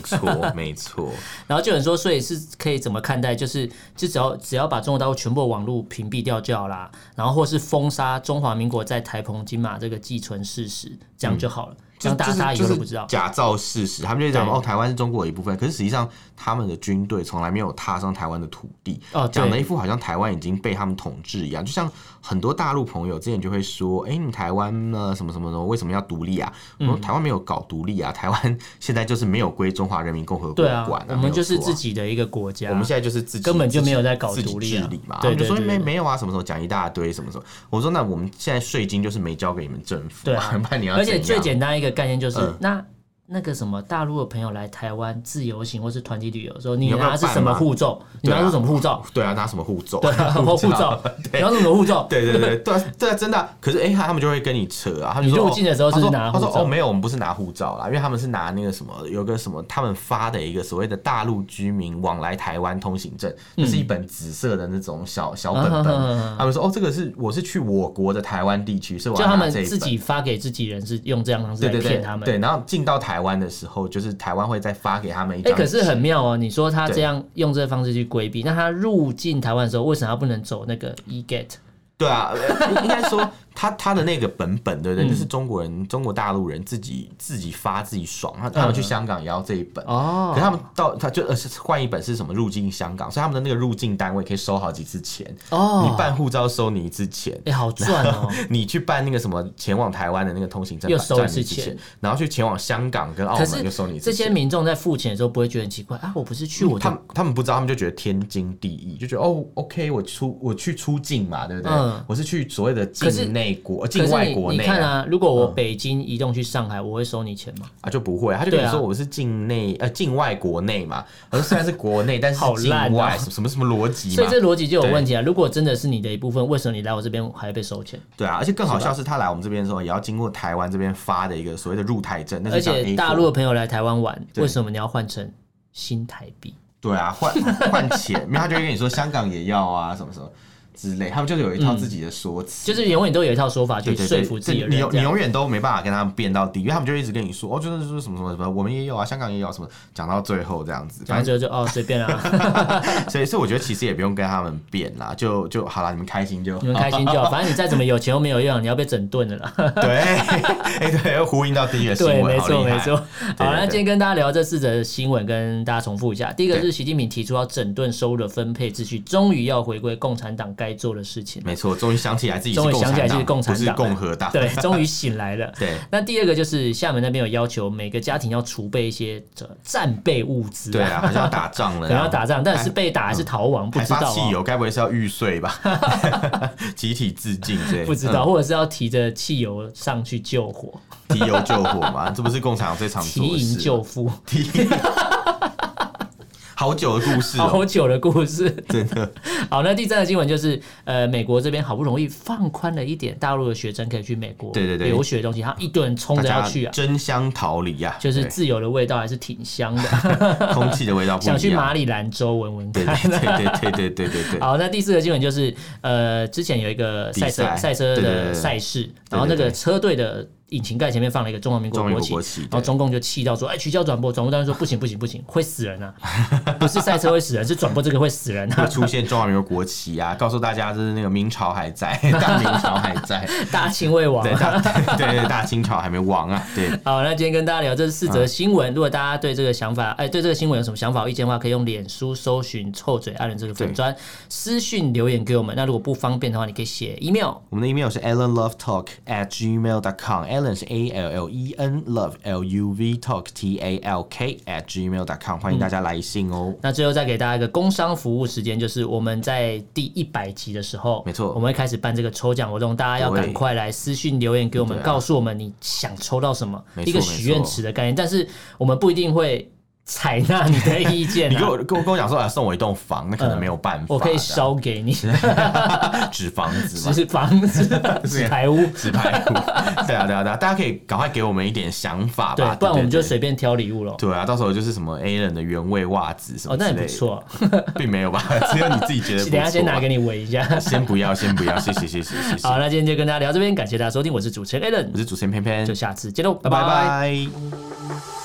[SPEAKER 2] 错没错，
[SPEAKER 1] 然后就有人说，所以是可以怎么看待？就是就只要只要把中国大陆全部的网络屏蔽掉就好啦，然后或是封杀中华民国在台澎金马这个寄存事实，这样就好了，这
[SPEAKER 2] 就
[SPEAKER 1] 样大
[SPEAKER 2] 就
[SPEAKER 1] 家
[SPEAKER 2] 是
[SPEAKER 1] 大家以后
[SPEAKER 2] 嗯就
[SPEAKER 1] 都
[SPEAKER 2] 是
[SPEAKER 1] 不知道。
[SPEAKER 2] 假造事实，他们就讲
[SPEAKER 1] 对
[SPEAKER 2] 哦，台湾是中国的一部分，可是实际上他们的军队从来没有踏上台湾的土地
[SPEAKER 1] 哦，
[SPEAKER 2] 讲的
[SPEAKER 1] 对
[SPEAKER 2] 一副好像台湾已经被他们统治一样。就像很多大陆朋友之前就会说，哎，你台湾呢什么什么的，为什么要独立啊？
[SPEAKER 1] 嗯
[SPEAKER 2] 我说台湾没有搞独立啊，台湾 现在就是没有归中华人民共和国
[SPEAKER 1] 对啊
[SPEAKER 2] 管，，
[SPEAKER 1] 我
[SPEAKER 2] 没
[SPEAKER 1] 们
[SPEAKER 2] 有
[SPEAKER 1] 就是
[SPEAKER 2] 错啊
[SPEAKER 1] 自己的一个国家。
[SPEAKER 2] 我们现在就是自己
[SPEAKER 1] 根本就没有在搞
[SPEAKER 2] 自己
[SPEAKER 1] 独
[SPEAKER 2] 自己
[SPEAKER 1] 立啊
[SPEAKER 2] 治理嘛，
[SPEAKER 1] 对
[SPEAKER 2] 他们就
[SPEAKER 1] 对
[SPEAKER 2] 说
[SPEAKER 1] 对
[SPEAKER 2] 没
[SPEAKER 1] 对
[SPEAKER 2] 没有啊，什么时候讲一大堆，什么时候我说那我们现在税金就是没交给你们政府，
[SPEAKER 1] 对啊
[SPEAKER 2] 那你要
[SPEAKER 1] 而且
[SPEAKER 2] 怎
[SPEAKER 1] 最
[SPEAKER 2] 样
[SPEAKER 1] 简单一个概念就是，
[SPEAKER 2] 嗯
[SPEAKER 1] 那那个什么大陆的朋友来台湾自由行或是团体旅游的时候，你
[SPEAKER 2] 有没有
[SPEAKER 1] 拿的是
[SPEAKER 2] 办
[SPEAKER 1] 什么
[SPEAKER 2] 嘛
[SPEAKER 1] 护照？你
[SPEAKER 2] 对啊
[SPEAKER 1] 拿的是什么护 照？
[SPEAKER 2] 对啊，拿什么 护照？
[SPEAKER 1] 对啊，护照，你拿什么护照？
[SPEAKER 2] 对对对对啊对啊，真的啊、可是哎、他们就会跟你扯啊，他们
[SPEAKER 1] 你
[SPEAKER 2] 就说
[SPEAKER 1] 入境的时候
[SPEAKER 2] 哦他
[SPEAKER 1] 是
[SPEAKER 2] 说
[SPEAKER 1] 拿
[SPEAKER 2] 他说
[SPEAKER 1] 护照
[SPEAKER 2] 哦，没有，我们不是拿护照啦，因为他们是拿那个什么，有个什么他们发的一个所谓的大陆居民往来台湾通行证，这是一本紫色的那种小小
[SPEAKER 1] 嗯
[SPEAKER 2] 本
[SPEAKER 1] 啊哈
[SPEAKER 2] 本
[SPEAKER 1] 哈哈哈，
[SPEAKER 2] 他们说哦，这个是我是去我国的台湾地区，是我
[SPEAKER 1] 就
[SPEAKER 2] 要
[SPEAKER 1] 他
[SPEAKER 2] 拿
[SPEAKER 1] 们
[SPEAKER 2] 这一
[SPEAKER 1] 自
[SPEAKER 2] 本。
[SPEAKER 1] 己发给自己人是用这样的方式
[SPEAKER 2] 对
[SPEAKER 1] 来
[SPEAKER 2] 对对
[SPEAKER 1] 骗他，们。
[SPEAKER 2] 对，然后进到台湾的时候，就是台湾会再发给他们一
[SPEAKER 1] 哎、
[SPEAKER 2] 张纸。
[SPEAKER 1] 可是很妙哦！你说他
[SPEAKER 2] 对
[SPEAKER 1] 这样用这个方式去规避，那他入境台湾的时候，为什么他不能走那个 e get？
[SPEAKER 2] 对啊，呃应该说他他的那个本本，对
[SPEAKER 1] 嗯
[SPEAKER 2] 不对？就是中国人、中国大陆人自己自己发自己爽，他他们去香港也要这一本。
[SPEAKER 1] 嗯哦
[SPEAKER 2] 可是他们到他就呃是换一本是什么入境香港，所以他们的那个入境单位可以收好几次钱。
[SPEAKER 1] 哦，
[SPEAKER 2] 你
[SPEAKER 1] 哎、
[SPEAKER 2] 办护照收你一次钱，
[SPEAKER 1] 好赚 哦！
[SPEAKER 2] 你去办那个什么前往台湾的那个通行证
[SPEAKER 1] 又收
[SPEAKER 2] 赚
[SPEAKER 1] 一次
[SPEAKER 2] 你次
[SPEAKER 1] 钱
[SPEAKER 2] 钱，然后去前往香港跟澳
[SPEAKER 1] 可
[SPEAKER 2] 门
[SPEAKER 1] 是
[SPEAKER 2] 就收你一次
[SPEAKER 1] 这些
[SPEAKER 2] 钱。
[SPEAKER 1] 民众在付钱的时候，不会觉得很奇怪啊？我不是去我
[SPEAKER 2] 他
[SPEAKER 1] 的
[SPEAKER 2] 们他们不知道，他们就觉得天经地义，就觉得哦，OK，我出我去出境嘛，对不对？
[SPEAKER 1] 嗯
[SPEAKER 2] 我是去所谓的
[SPEAKER 1] 可是
[SPEAKER 2] 境内国、呃
[SPEAKER 1] 可
[SPEAKER 2] 境
[SPEAKER 1] 是
[SPEAKER 2] 外
[SPEAKER 1] 你
[SPEAKER 2] 国
[SPEAKER 1] 你
[SPEAKER 2] 内、嗯
[SPEAKER 1] 看啊，如果我北京移动去上海，我会收你钱吗？
[SPEAKER 2] 啊，就不会、啊，他就跟
[SPEAKER 1] 对
[SPEAKER 2] 你
[SPEAKER 1] 啊
[SPEAKER 2] 说我是境内、呃境外国内嘛，我说虽然是国内，但是
[SPEAKER 1] 好
[SPEAKER 2] 是境
[SPEAKER 1] 烂
[SPEAKER 2] 外、
[SPEAKER 1] 哦
[SPEAKER 2] 什么什么逻辑
[SPEAKER 1] 所
[SPEAKER 2] 嘛
[SPEAKER 1] 以，这逻辑就有问题啊！如果真的是你的一部分，为什么你来我这边还要被收钱？
[SPEAKER 2] 对啊，而且更好笑是他来我们这边的时候，也要经过台湾这边发的一个所谓的入台证，那是
[SPEAKER 1] 而
[SPEAKER 2] 一张
[SPEAKER 1] 且
[SPEAKER 2] A4
[SPEAKER 1] 大陆的朋友来台湾玩，为什么你要换成新台币。
[SPEAKER 2] 对啊，换换钱，没有他就会跟你说香港也要啊，什么什么之类，他们就有一
[SPEAKER 1] 嗯
[SPEAKER 2] 套自己的说辞。
[SPEAKER 1] 就是永远都有一套说法
[SPEAKER 2] 对
[SPEAKER 1] 去
[SPEAKER 2] 对
[SPEAKER 1] 说
[SPEAKER 2] 对，
[SPEAKER 1] 服自己
[SPEAKER 2] 这
[SPEAKER 1] 的
[SPEAKER 2] 你
[SPEAKER 1] 人
[SPEAKER 2] 永
[SPEAKER 1] 这
[SPEAKER 2] 你
[SPEAKER 1] 样，
[SPEAKER 2] 永远都没办法跟他们辩到底，因为他们就一直跟你说哦，就是说什么什么什么，我们也有啊，香港也有什么，讲到最后这样子，
[SPEAKER 1] 然
[SPEAKER 2] 反
[SPEAKER 1] 后
[SPEAKER 2] 正
[SPEAKER 1] 之后就哦随便啦，
[SPEAKER 2] 所以所以我觉得其实也不用跟他们辩啦，就就好啦，你们开 心就
[SPEAKER 1] 你们开心就 好，反正你再怎么有钱都没有用，你要被整顿的啦。
[SPEAKER 2] 对， 哎、对，又呼应到第一个新
[SPEAKER 1] 对，
[SPEAKER 2] 闻，
[SPEAKER 1] 没
[SPEAKER 2] 好
[SPEAKER 1] 错
[SPEAKER 2] 厉害
[SPEAKER 1] 没错。
[SPEAKER 2] 对
[SPEAKER 1] 好，那
[SPEAKER 2] 对
[SPEAKER 1] 今天跟大家聊这四则新闻，跟大家重复一下。第一个是习近平提出要整顿收入的分配秩序，终于要回归共产党该做的事情。
[SPEAKER 2] 没错，终于想起来自己是
[SPEAKER 1] 终于
[SPEAKER 2] 共
[SPEAKER 1] 想起来是
[SPEAKER 2] 产党，
[SPEAKER 1] 共产
[SPEAKER 2] 不是
[SPEAKER 1] 党
[SPEAKER 2] 共和党，
[SPEAKER 1] 对，终于醒来了。
[SPEAKER 2] 对
[SPEAKER 1] 那第二个就是厦门那边有要求，每个家庭要储备一些呃战备物资、
[SPEAKER 2] 对啊，好像要打仗了，
[SPEAKER 1] 可能要打仗，但是
[SPEAKER 2] 还
[SPEAKER 1] 被打还是逃亡，不
[SPEAKER 2] 还
[SPEAKER 1] 知道、
[SPEAKER 2] 发汽
[SPEAKER 1] 哦。
[SPEAKER 2] 油，该不会是要玉 碎吧？集体自尽之类的，
[SPEAKER 1] 不知道，或者是要提着汽油上去救火，
[SPEAKER 2] 嗯提油救火嘛，这不是啊共产党最常
[SPEAKER 1] 提
[SPEAKER 2] 做的
[SPEAKER 1] 营
[SPEAKER 2] 事。
[SPEAKER 1] 救夫，
[SPEAKER 2] 提好久的故事哦、
[SPEAKER 1] 好久的故事。
[SPEAKER 2] 真的
[SPEAKER 1] 好，那第三个新闻就是，呃，美国这边好不容易放宽了一点，大陆的学生可以去美国
[SPEAKER 2] 对对对
[SPEAKER 1] 留学的东西，他一堆人冲
[SPEAKER 2] 大
[SPEAKER 1] 着要
[SPEAKER 2] 家
[SPEAKER 1] 去啊，
[SPEAKER 2] 争相逃离呀、啊，
[SPEAKER 1] 就是
[SPEAKER 2] 对
[SPEAKER 1] 自由的味道还是挺香的，
[SPEAKER 2] 空气的味道不一
[SPEAKER 1] 想
[SPEAKER 2] 样。
[SPEAKER 1] 去马里兰州闻闻
[SPEAKER 2] 对
[SPEAKER 1] 看。
[SPEAKER 2] 对对对对对对对对，
[SPEAKER 1] 好，那第四个新闻就是，呃，之前有一个赛车
[SPEAKER 2] 比赛
[SPEAKER 1] 赛车
[SPEAKER 2] 对对对
[SPEAKER 1] 的
[SPEAKER 2] 对
[SPEAKER 1] 赛事，然后那
[SPEAKER 2] 对
[SPEAKER 1] 个
[SPEAKER 2] 对
[SPEAKER 1] 车队的引擎盖前面放了一个中华民国
[SPEAKER 2] 中华民
[SPEAKER 1] 国
[SPEAKER 2] 国
[SPEAKER 1] 旗
[SPEAKER 2] 国旗，
[SPEAKER 1] 然后
[SPEAKER 2] 对
[SPEAKER 1] 中共就气到说，哎，取消转播，转播单位说不行不行不行，会死人啊， 不是赛车会死人，是转播这个会死人
[SPEAKER 2] 会
[SPEAKER 1] 啊，
[SPEAKER 2] 出现中华民国国旗啊，告诉大家就是那个明朝还在， 大明朝还 在，
[SPEAKER 1] 大清未亡
[SPEAKER 2] 对
[SPEAKER 1] 啊。
[SPEAKER 2] 大 对对大清朝还没亡啊，对
[SPEAKER 1] 好，那今天跟大家聊这四则
[SPEAKER 2] 啊
[SPEAKER 1] 新闻。如果大家对这个想法，哎，对这个新闻有什么想法、意见的话，可以用脸书搜寻“臭嘴艾伦”这个粉
[SPEAKER 2] 对
[SPEAKER 1] 砖私讯留言给我们。那如果不方便的话，你可以写 email。
[SPEAKER 2] 我们的 email 是 allenlovetalk at gmail dot com，allen 是 a l l e n love l u v talk t a l k at gmail dot com，欢迎大家来信哦。
[SPEAKER 1] 那最后再给大家一个工商服务时间，就是我们在第一百集的时候，
[SPEAKER 2] 没错
[SPEAKER 1] 我们会开始办这个抽奖活动，大家要
[SPEAKER 2] 对
[SPEAKER 1] 赶快来私讯留言给我们，
[SPEAKER 2] 对啊
[SPEAKER 1] 告诉我们你想抽到什么，
[SPEAKER 2] 没错
[SPEAKER 1] 一个许愿池的概念。但是我们不一定会采纳你的意见、啊，
[SPEAKER 2] 你跟我啊跟我跟我讲说，啊，送我一栋房，那可能没有办法，
[SPEAKER 1] 嗯我可以烧给你，
[SPEAKER 2] 纸房子
[SPEAKER 1] 只
[SPEAKER 2] 嘛。
[SPEAKER 1] 是房 子、
[SPEAKER 2] 啊
[SPEAKER 1] 纸牌屋。
[SPEAKER 2] 纸牌 屋，对啊，对啊，对啊，大家可以赶快给我们一点想法
[SPEAKER 1] 对
[SPEAKER 2] 吧，，
[SPEAKER 1] 不然我们就
[SPEAKER 2] 啊对
[SPEAKER 1] 随便挑礼物了。
[SPEAKER 2] 对啊，到时候就是什么 A 人的原味袜子什
[SPEAKER 1] 哦
[SPEAKER 2] 么，之
[SPEAKER 1] 那
[SPEAKER 2] 类
[SPEAKER 1] 也
[SPEAKER 2] 的，
[SPEAKER 1] 不错，
[SPEAKER 2] 并没有吧？只有你自己觉得不错。啊
[SPEAKER 1] 等一下先拿给
[SPEAKER 2] 你。
[SPEAKER 1] 你闻一下。
[SPEAKER 2] 先不要，先不要，谢谢，谢谢，谢谢。
[SPEAKER 1] 好，那今天就跟大家聊这边，感谢大家收听，我是主持人 a l l n
[SPEAKER 2] 我是主持人偏偏
[SPEAKER 1] 就，下次见喽，
[SPEAKER 2] 拜
[SPEAKER 1] 拜拜
[SPEAKER 2] 拜。